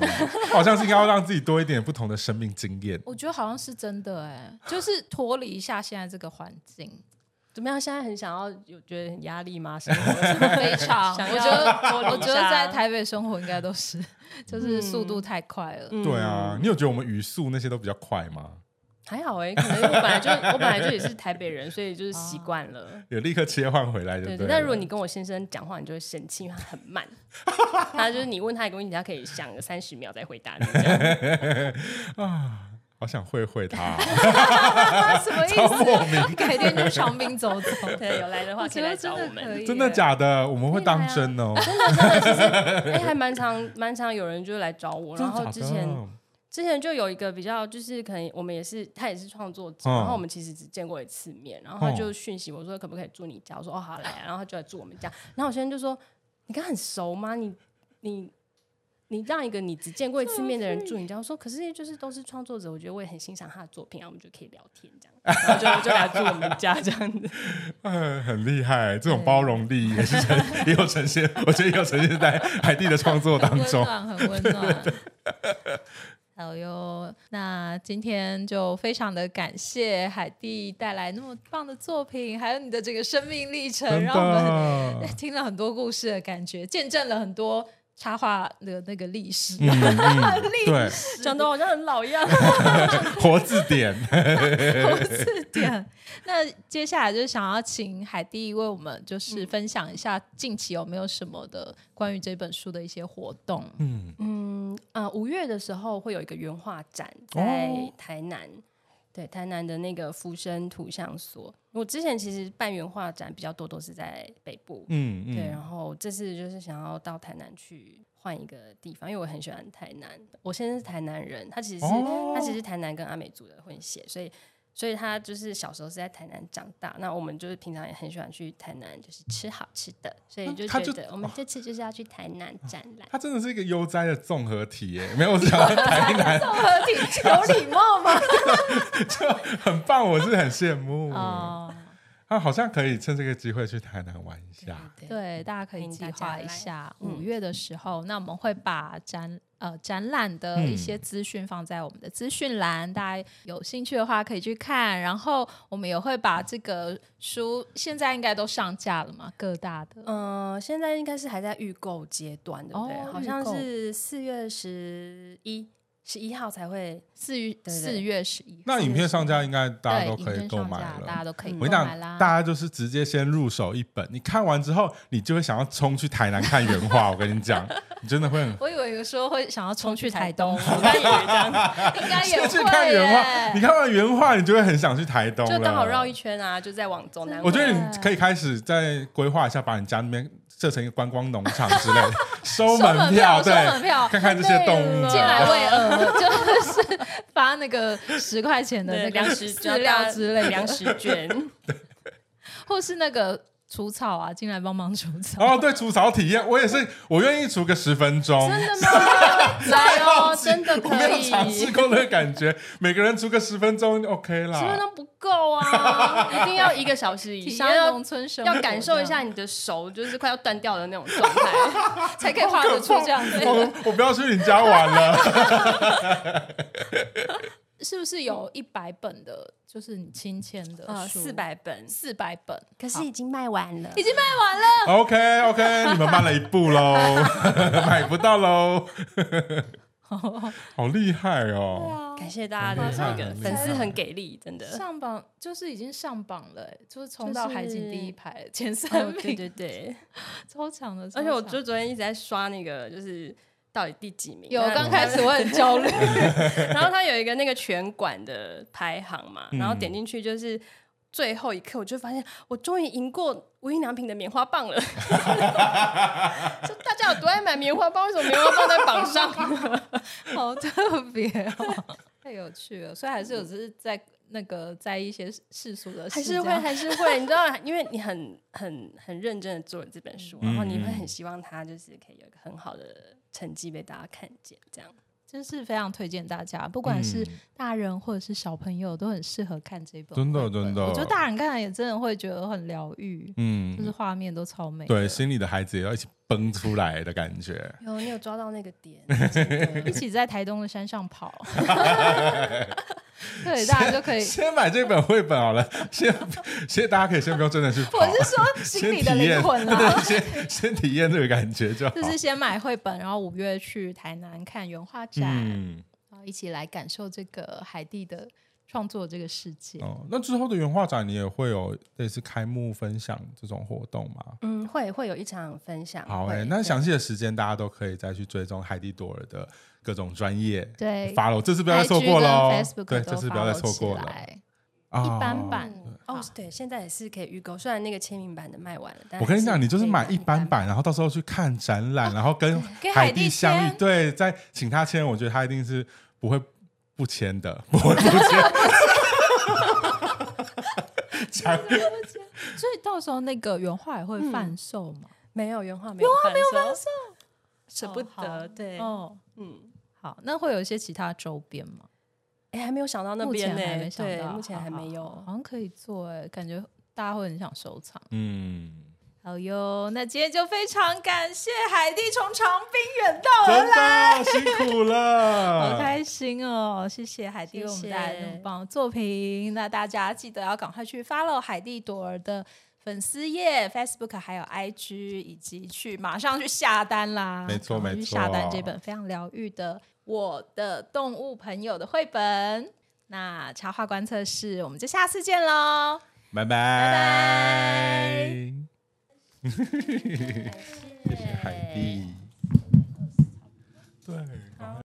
Speaker 1: 好像是应该要让自己多一点不同的生命经验。
Speaker 3: 我觉得好像是真的哎、就是脱离一下现在这个环 境，
Speaker 2: 怎么样？现在很想要有觉得很压力吗？生活
Speaker 3: 非常。
Speaker 2: 想
Speaker 3: 我觉
Speaker 2: 要
Speaker 3: 得，
Speaker 2: 脱离
Speaker 3: 我
Speaker 2: 一
Speaker 3: 觉得
Speaker 2: 下
Speaker 3: 在台北生活应该都是，就是速度太快了。
Speaker 2: 嗯
Speaker 1: 对啊，你有觉得我们语速那些都比较快吗？
Speaker 2: 还好哎、可能因为我本来就我本来就也是台北人，所以就是习
Speaker 3: 哦
Speaker 2: 惯了。
Speaker 1: 有立刻切换回来就
Speaker 2: 对
Speaker 1: 对
Speaker 2: 对，
Speaker 1: 了。
Speaker 2: 但如果你跟我先生讲话，你就会生气，因为他很 慢。他就是你问他一个问题，他可以想个三十秒再回答你。这样
Speaker 1: 好想会会他、
Speaker 3: 啊，什么意
Speaker 1: 超莫名
Speaker 3: 思？改天去长滨走走。
Speaker 2: 对，有来的话
Speaker 3: 我
Speaker 2: 可
Speaker 3: 觉
Speaker 2: 以来
Speaker 3: 得
Speaker 2: 找
Speaker 3: 真
Speaker 2: 我
Speaker 3: 的
Speaker 2: 们
Speaker 3: 可。以耶，
Speaker 1: 真的假的？我们会当真哦，
Speaker 2: 哎、还蛮常蛮常有人就来找我，然后之
Speaker 1: 真的假
Speaker 2: 前
Speaker 1: 的
Speaker 2: 之前就有一个比较，就是可能我们也是他也是创作者，
Speaker 1: 嗯
Speaker 2: 然后我们其实只见过一次面，然后他
Speaker 1: 嗯
Speaker 2: 就讯息我说可不可以住你家，我说哦好来啊、然后他就来住我们家，然后我先生就说你跟他很熟吗？你你你让一个你只见过一次面的人住你家，我说可是就是都是创作者，我觉得我也很欣赏他的作品啊，我们就可以聊天这样，然后就就来住我们家这样子，
Speaker 1: 嗯， 很厉害，这种包容力也是呈也有呈现，我觉得也有呈现在海蒂的创作当
Speaker 3: 很温
Speaker 1: 中。
Speaker 3: 暖，很温暖。 好哟，那今天就非常的感谢海蒂带来那么棒的作品，还有你的这个生命历程，
Speaker 1: 真
Speaker 3: 让我们
Speaker 1: 的，
Speaker 3: 听了很多故事的感觉，见证了很多插画的那个历史。
Speaker 1: 嗯嗯，对，
Speaker 2: 讲的好像很老一样。
Speaker 1: 活字典，
Speaker 3: 字典。那接下来就想要请海蒂为我们
Speaker 1: 嗯
Speaker 3: 就是分享一下近期有没有什么的关于这本书的一些活动。
Speaker 1: 嗯，
Speaker 2: 嗯呃，五月的时候会有一个原画展在
Speaker 1: 哦
Speaker 2: 台南，对台南的那个福生图像所。我之前其实办原画展比较多，都是在北部，
Speaker 1: 嗯
Speaker 2: 对，然
Speaker 1: 嗯，
Speaker 2: 后这次就是想要到台南去换一个地方，因为我很喜欢台南。我先生是台南人，他其实是、
Speaker 1: 哦
Speaker 2: 他其实是台南跟阿美族的混血，所以所以他就是小时候是在台南长大。那我们就是平常也很喜欢去台南，就是吃好吃的，所以就
Speaker 1: 啊他
Speaker 2: 觉
Speaker 1: 就
Speaker 2: 得我们这次就是要去台南展览。
Speaker 1: 它真的是一个悠哉的综合体耶，没有我只想要台南，
Speaker 3: 合体有礼貌吗？
Speaker 1: 很棒，我是很羡慕。
Speaker 3: 哦，
Speaker 1: 他好像可以趁这个机会去台南玩一下。
Speaker 2: 对
Speaker 3: 对，大家可以
Speaker 2: 欢迎
Speaker 3: 计
Speaker 2: 大家
Speaker 3: 划一
Speaker 2: 来
Speaker 3: 下。
Speaker 2: 嗯
Speaker 3: 五月的时候，那我们会把展呃展览的一
Speaker 1: 嗯
Speaker 3: 些资讯放在我们的资讯栏，大家有兴趣的话可以去看。然后我们也会把这个书现在应该都上架了嘛，各大的。
Speaker 2: 嗯、现在应该是还在预购阶段，对不对？
Speaker 3: 哦
Speaker 2: 好
Speaker 3: 预
Speaker 2: 像
Speaker 3: 购
Speaker 2: 是四月十一十一号才会。
Speaker 3: 四月
Speaker 2: 对
Speaker 3: 四月十一，
Speaker 1: 那影片上架应该大家
Speaker 3: 对，
Speaker 1: 都
Speaker 3: 影
Speaker 1: 可以
Speaker 3: 片
Speaker 1: 购
Speaker 3: 上
Speaker 1: 买
Speaker 3: 架
Speaker 1: 了，
Speaker 3: 大家都
Speaker 2: 嗯
Speaker 3: 可以
Speaker 1: 我
Speaker 3: 购
Speaker 1: 跟你
Speaker 3: 买
Speaker 1: 讲，
Speaker 3: 啦。
Speaker 1: 大家就是直接先入手一本，你看完之后，你就会想要冲去台南看原 画。我跟你讲，你真的会很
Speaker 3: 我以为有时候会想要冲去 台东，
Speaker 2: 我刚以为这样，
Speaker 3: 应该也
Speaker 1: 先去
Speaker 3: 会
Speaker 1: 看原画。你
Speaker 3: 耶。
Speaker 1: 看完原画，你就会很想去台东了。
Speaker 2: 就刚好绕一圈啊，就再往走南回来。
Speaker 1: 我觉得你可以开始再规划一下，把你家那边设成一个观光农场之 类的，收门
Speaker 3: 票，收
Speaker 1: 对，
Speaker 3: 门票，
Speaker 1: 看看这些动物。啊
Speaker 3: 进来喂鹅，就是发那个十 块钱的那
Speaker 2: 对
Speaker 3: 个
Speaker 2: 粮 食
Speaker 3: 饲料之类的
Speaker 2: 粮食卷，
Speaker 3: 或是那个除草啊，进来帮忙除草。
Speaker 1: 哦，对，除草体验，我也是，我愿意除个十分钟。哎
Speaker 2: 真的吗？来哦，真的
Speaker 1: 我没
Speaker 2: 可
Speaker 1: 有
Speaker 2: 以，
Speaker 1: 尝试过那个感觉，每个人除个十分钟 OK
Speaker 2: 十分
Speaker 1: 啦。
Speaker 2: 钟不够啊，一定要一个小时以
Speaker 3: 体
Speaker 2: 上，
Speaker 3: 验哦
Speaker 2: 要
Speaker 3: 农村生活，
Speaker 2: 要感受一下你的手就是快要断掉的那种状 态。
Speaker 3: 这样才可以画得出这样子。
Speaker 1: 我我不要去你家玩了。
Speaker 3: 是不是有一百本的，就是你亲签的
Speaker 2: 呃，
Speaker 3: 书
Speaker 2: 四百本，
Speaker 3: 哦四百本，
Speaker 2: 可
Speaker 3: 好
Speaker 2: 是已经卖完了。
Speaker 3: 已经卖完了。
Speaker 1: OK OK，你们慢了一步喽， 买不到 喽，好厉害哦！
Speaker 2: 感谢大家
Speaker 1: 好
Speaker 2: 的
Speaker 1: 厉
Speaker 2: 那
Speaker 1: 害
Speaker 2: 个
Speaker 1: 很厉
Speaker 2: 粉丝
Speaker 1: 害
Speaker 2: 很给力，真的。
Speaker 3: 上榜就是已经上榜了、欸，就是冲
Speaker 2: 就
Speaker 3: 到海
Speaker 2: 是
Speaker 3: 景第一排前 三
Speaker 2: 哦
Speaker 3: 名，
Speaker 2: 对对 对，
Speaker 3: 超强的。
Speaker 2: 而且我
Speaker 3: 超强
Speaker 2: 就昨天一直在刷那个，就是到底第几名。
Speaker 3: 有
Speaker 2: 那
Speaker 3: 刚开始我很 焦虑，
Speaker 2: 然后它有一个那个拳馆的排行嘛，
Speaker 1: 嗯
Speaker 2: 然后点进去就是最后一刻，我就发现我终于赢过无印良品的棉花棒了。就大家有多爱买棉花棒，为什么棉花棒在榜上 呢？
Speaker 3: 好特别、哦， 太有趣了。所以还
Speaker 1: 嗯
Speaker 3: 是有只是在那个在意一些世俗的事，
Speaker 2: 还是
Speaker 3: 这
Speaker 2: 会
Speaker 3: 样
Speaker 2: 还是会，你知道，因为你很很很认真的做了这本书，然后你会很希望它就是可以有一个很好的成绩被大家看见，这样。
Speaker 3: 真是非常推荐大家，不管是
Speaker 1: 嗯
Speaker 3: 大人或者是小朋友，都很适合看这本绘
Speaker 1: 真
Speaker 3: 本。
Speaker 1: 的真的
Speaker 3: 我觉得大人看了也真的会觉得很疗愈，就是
Speaker 1: 嗯，
Speaker 3: 画面都超美的。
Speaker 1: 对，心里的孩子也要一起崩出来的感觉。
Speaker 2: 有，你有抓到那个点，
Speaker 3: 一起在台东的山 上跑，对，大家就可以。
Speaker 1: 先买这本绘本好了，先先大家可以先不用真的去跑，
Speaker 3: 我是说心里的灵魂 啦，
Speaker 1: 对，啊先先体验这个感觉就好。
Speaker 3: 就是先买绘本，然后五月去台南看原画展，
Speaker 1: 嗯，
Speaker 3: 然后一起来感受这个海地的创作这个世界。
Speaker 1: 哦，那之后的原画展你也会有类似开幕分享这种活动吗？
Speaker 2: 嗯，会会有一场分享会。
Speaker 1: 好诶、那详细的时间大家都可以再去追踪海蒂朵尔的各种专业
Speaker 3: 对
Speaker 1: follow，这次不要再
Speaker 3: IG
Speaker 1: 错过喽
Speaker 3: 跟 Facebook
Speaker 1: 对，
Speaker 3: 都
Speaker 1: 这次不要再错
Speaker 3: follow
Speaker 1: 过了。
Speaker 3: 起来
Speaker 1: 啊
Speaker 3: 一般版
Speaker 2: 哦
Speaker 3: 嗯好，
Speaker 2: 对，现在也是可以预购，虽然那个签名版的卖完了，但
Speaker 1: 我跟你
Speaker 2: 还
Speaker 1: 讲，你就是
Speaker 2: 可以
Speaker 1: 买一般版，然后到时候去看展览，然后跟
Speaker 3: 哦跟
Speaker 1: 海
Speaker 3: 海
Speaker 1: 蒂
Speaker 3: 蒂
Speaker 1: 相遇，
Speaker 3: 签
Speaker 1: 对，再请他签，我觉得他一定是不会不签的， 不会不签。讲
Speaker 3: 所以到时候那个原画也会贩售嘛？
Speaker 2: 没有原画，没有原画没有翻售，舍
Speaker 3: 哦
Speaker 2: 不
Speaker 3: 好
Speaker 2: 得，对，
Speaker 3: 哦，
Speaker 2: 嗯，
Speaker 3: 好，那会有一些其他周边吗？
Speaker 2: 哎，还没有想到那
Speaker 3: 目
Speaker 2: 边
Speaker 3: 前还没
Speaker 2: 呢，
Speaker 3: 想
Speaker 2: 对，
Speaker 3: 到，
Speaker 2: 目前
Speaker 3: 好
Speaker 2: 还
Speaker 3: 好
Speaker 2: 没
Speaker 3: 好
Speaker 2: 有，
Speaker 3: 好像可以做哎、感觉大家会很想收藏。
Speaker 1: 嗯，
Speaker 3: 好哟，那今天就非常感谢海蒂从长滨远道而
Speaker 1: 真
Speaker 3: 来，
Speaker 1: 的辛苦
Speaker 3: 好
Speaker 1: 了，
Speaker 3: 开心哦！谢谢海蒂为我们
Speaker 2: 谢谢
Speaker 3: 带来那么棒的作品。那大家记得要赶快去 follow 海蒂朵儿的粉丝页、Facebook 还有 IG，以及去马上去下单啦！
Speaker 1: 没错
Speaker 3: 赶快去
Speaker 1: 没错
Speaker 3: 下单这本非常疗愈的《我的动物朋友》的绘本。那茶话观测室，我们就下次见喽！
Speaker 1: 拜拜
Speaker 3: 拜
Speaker 1: 谢谢海蒂，对。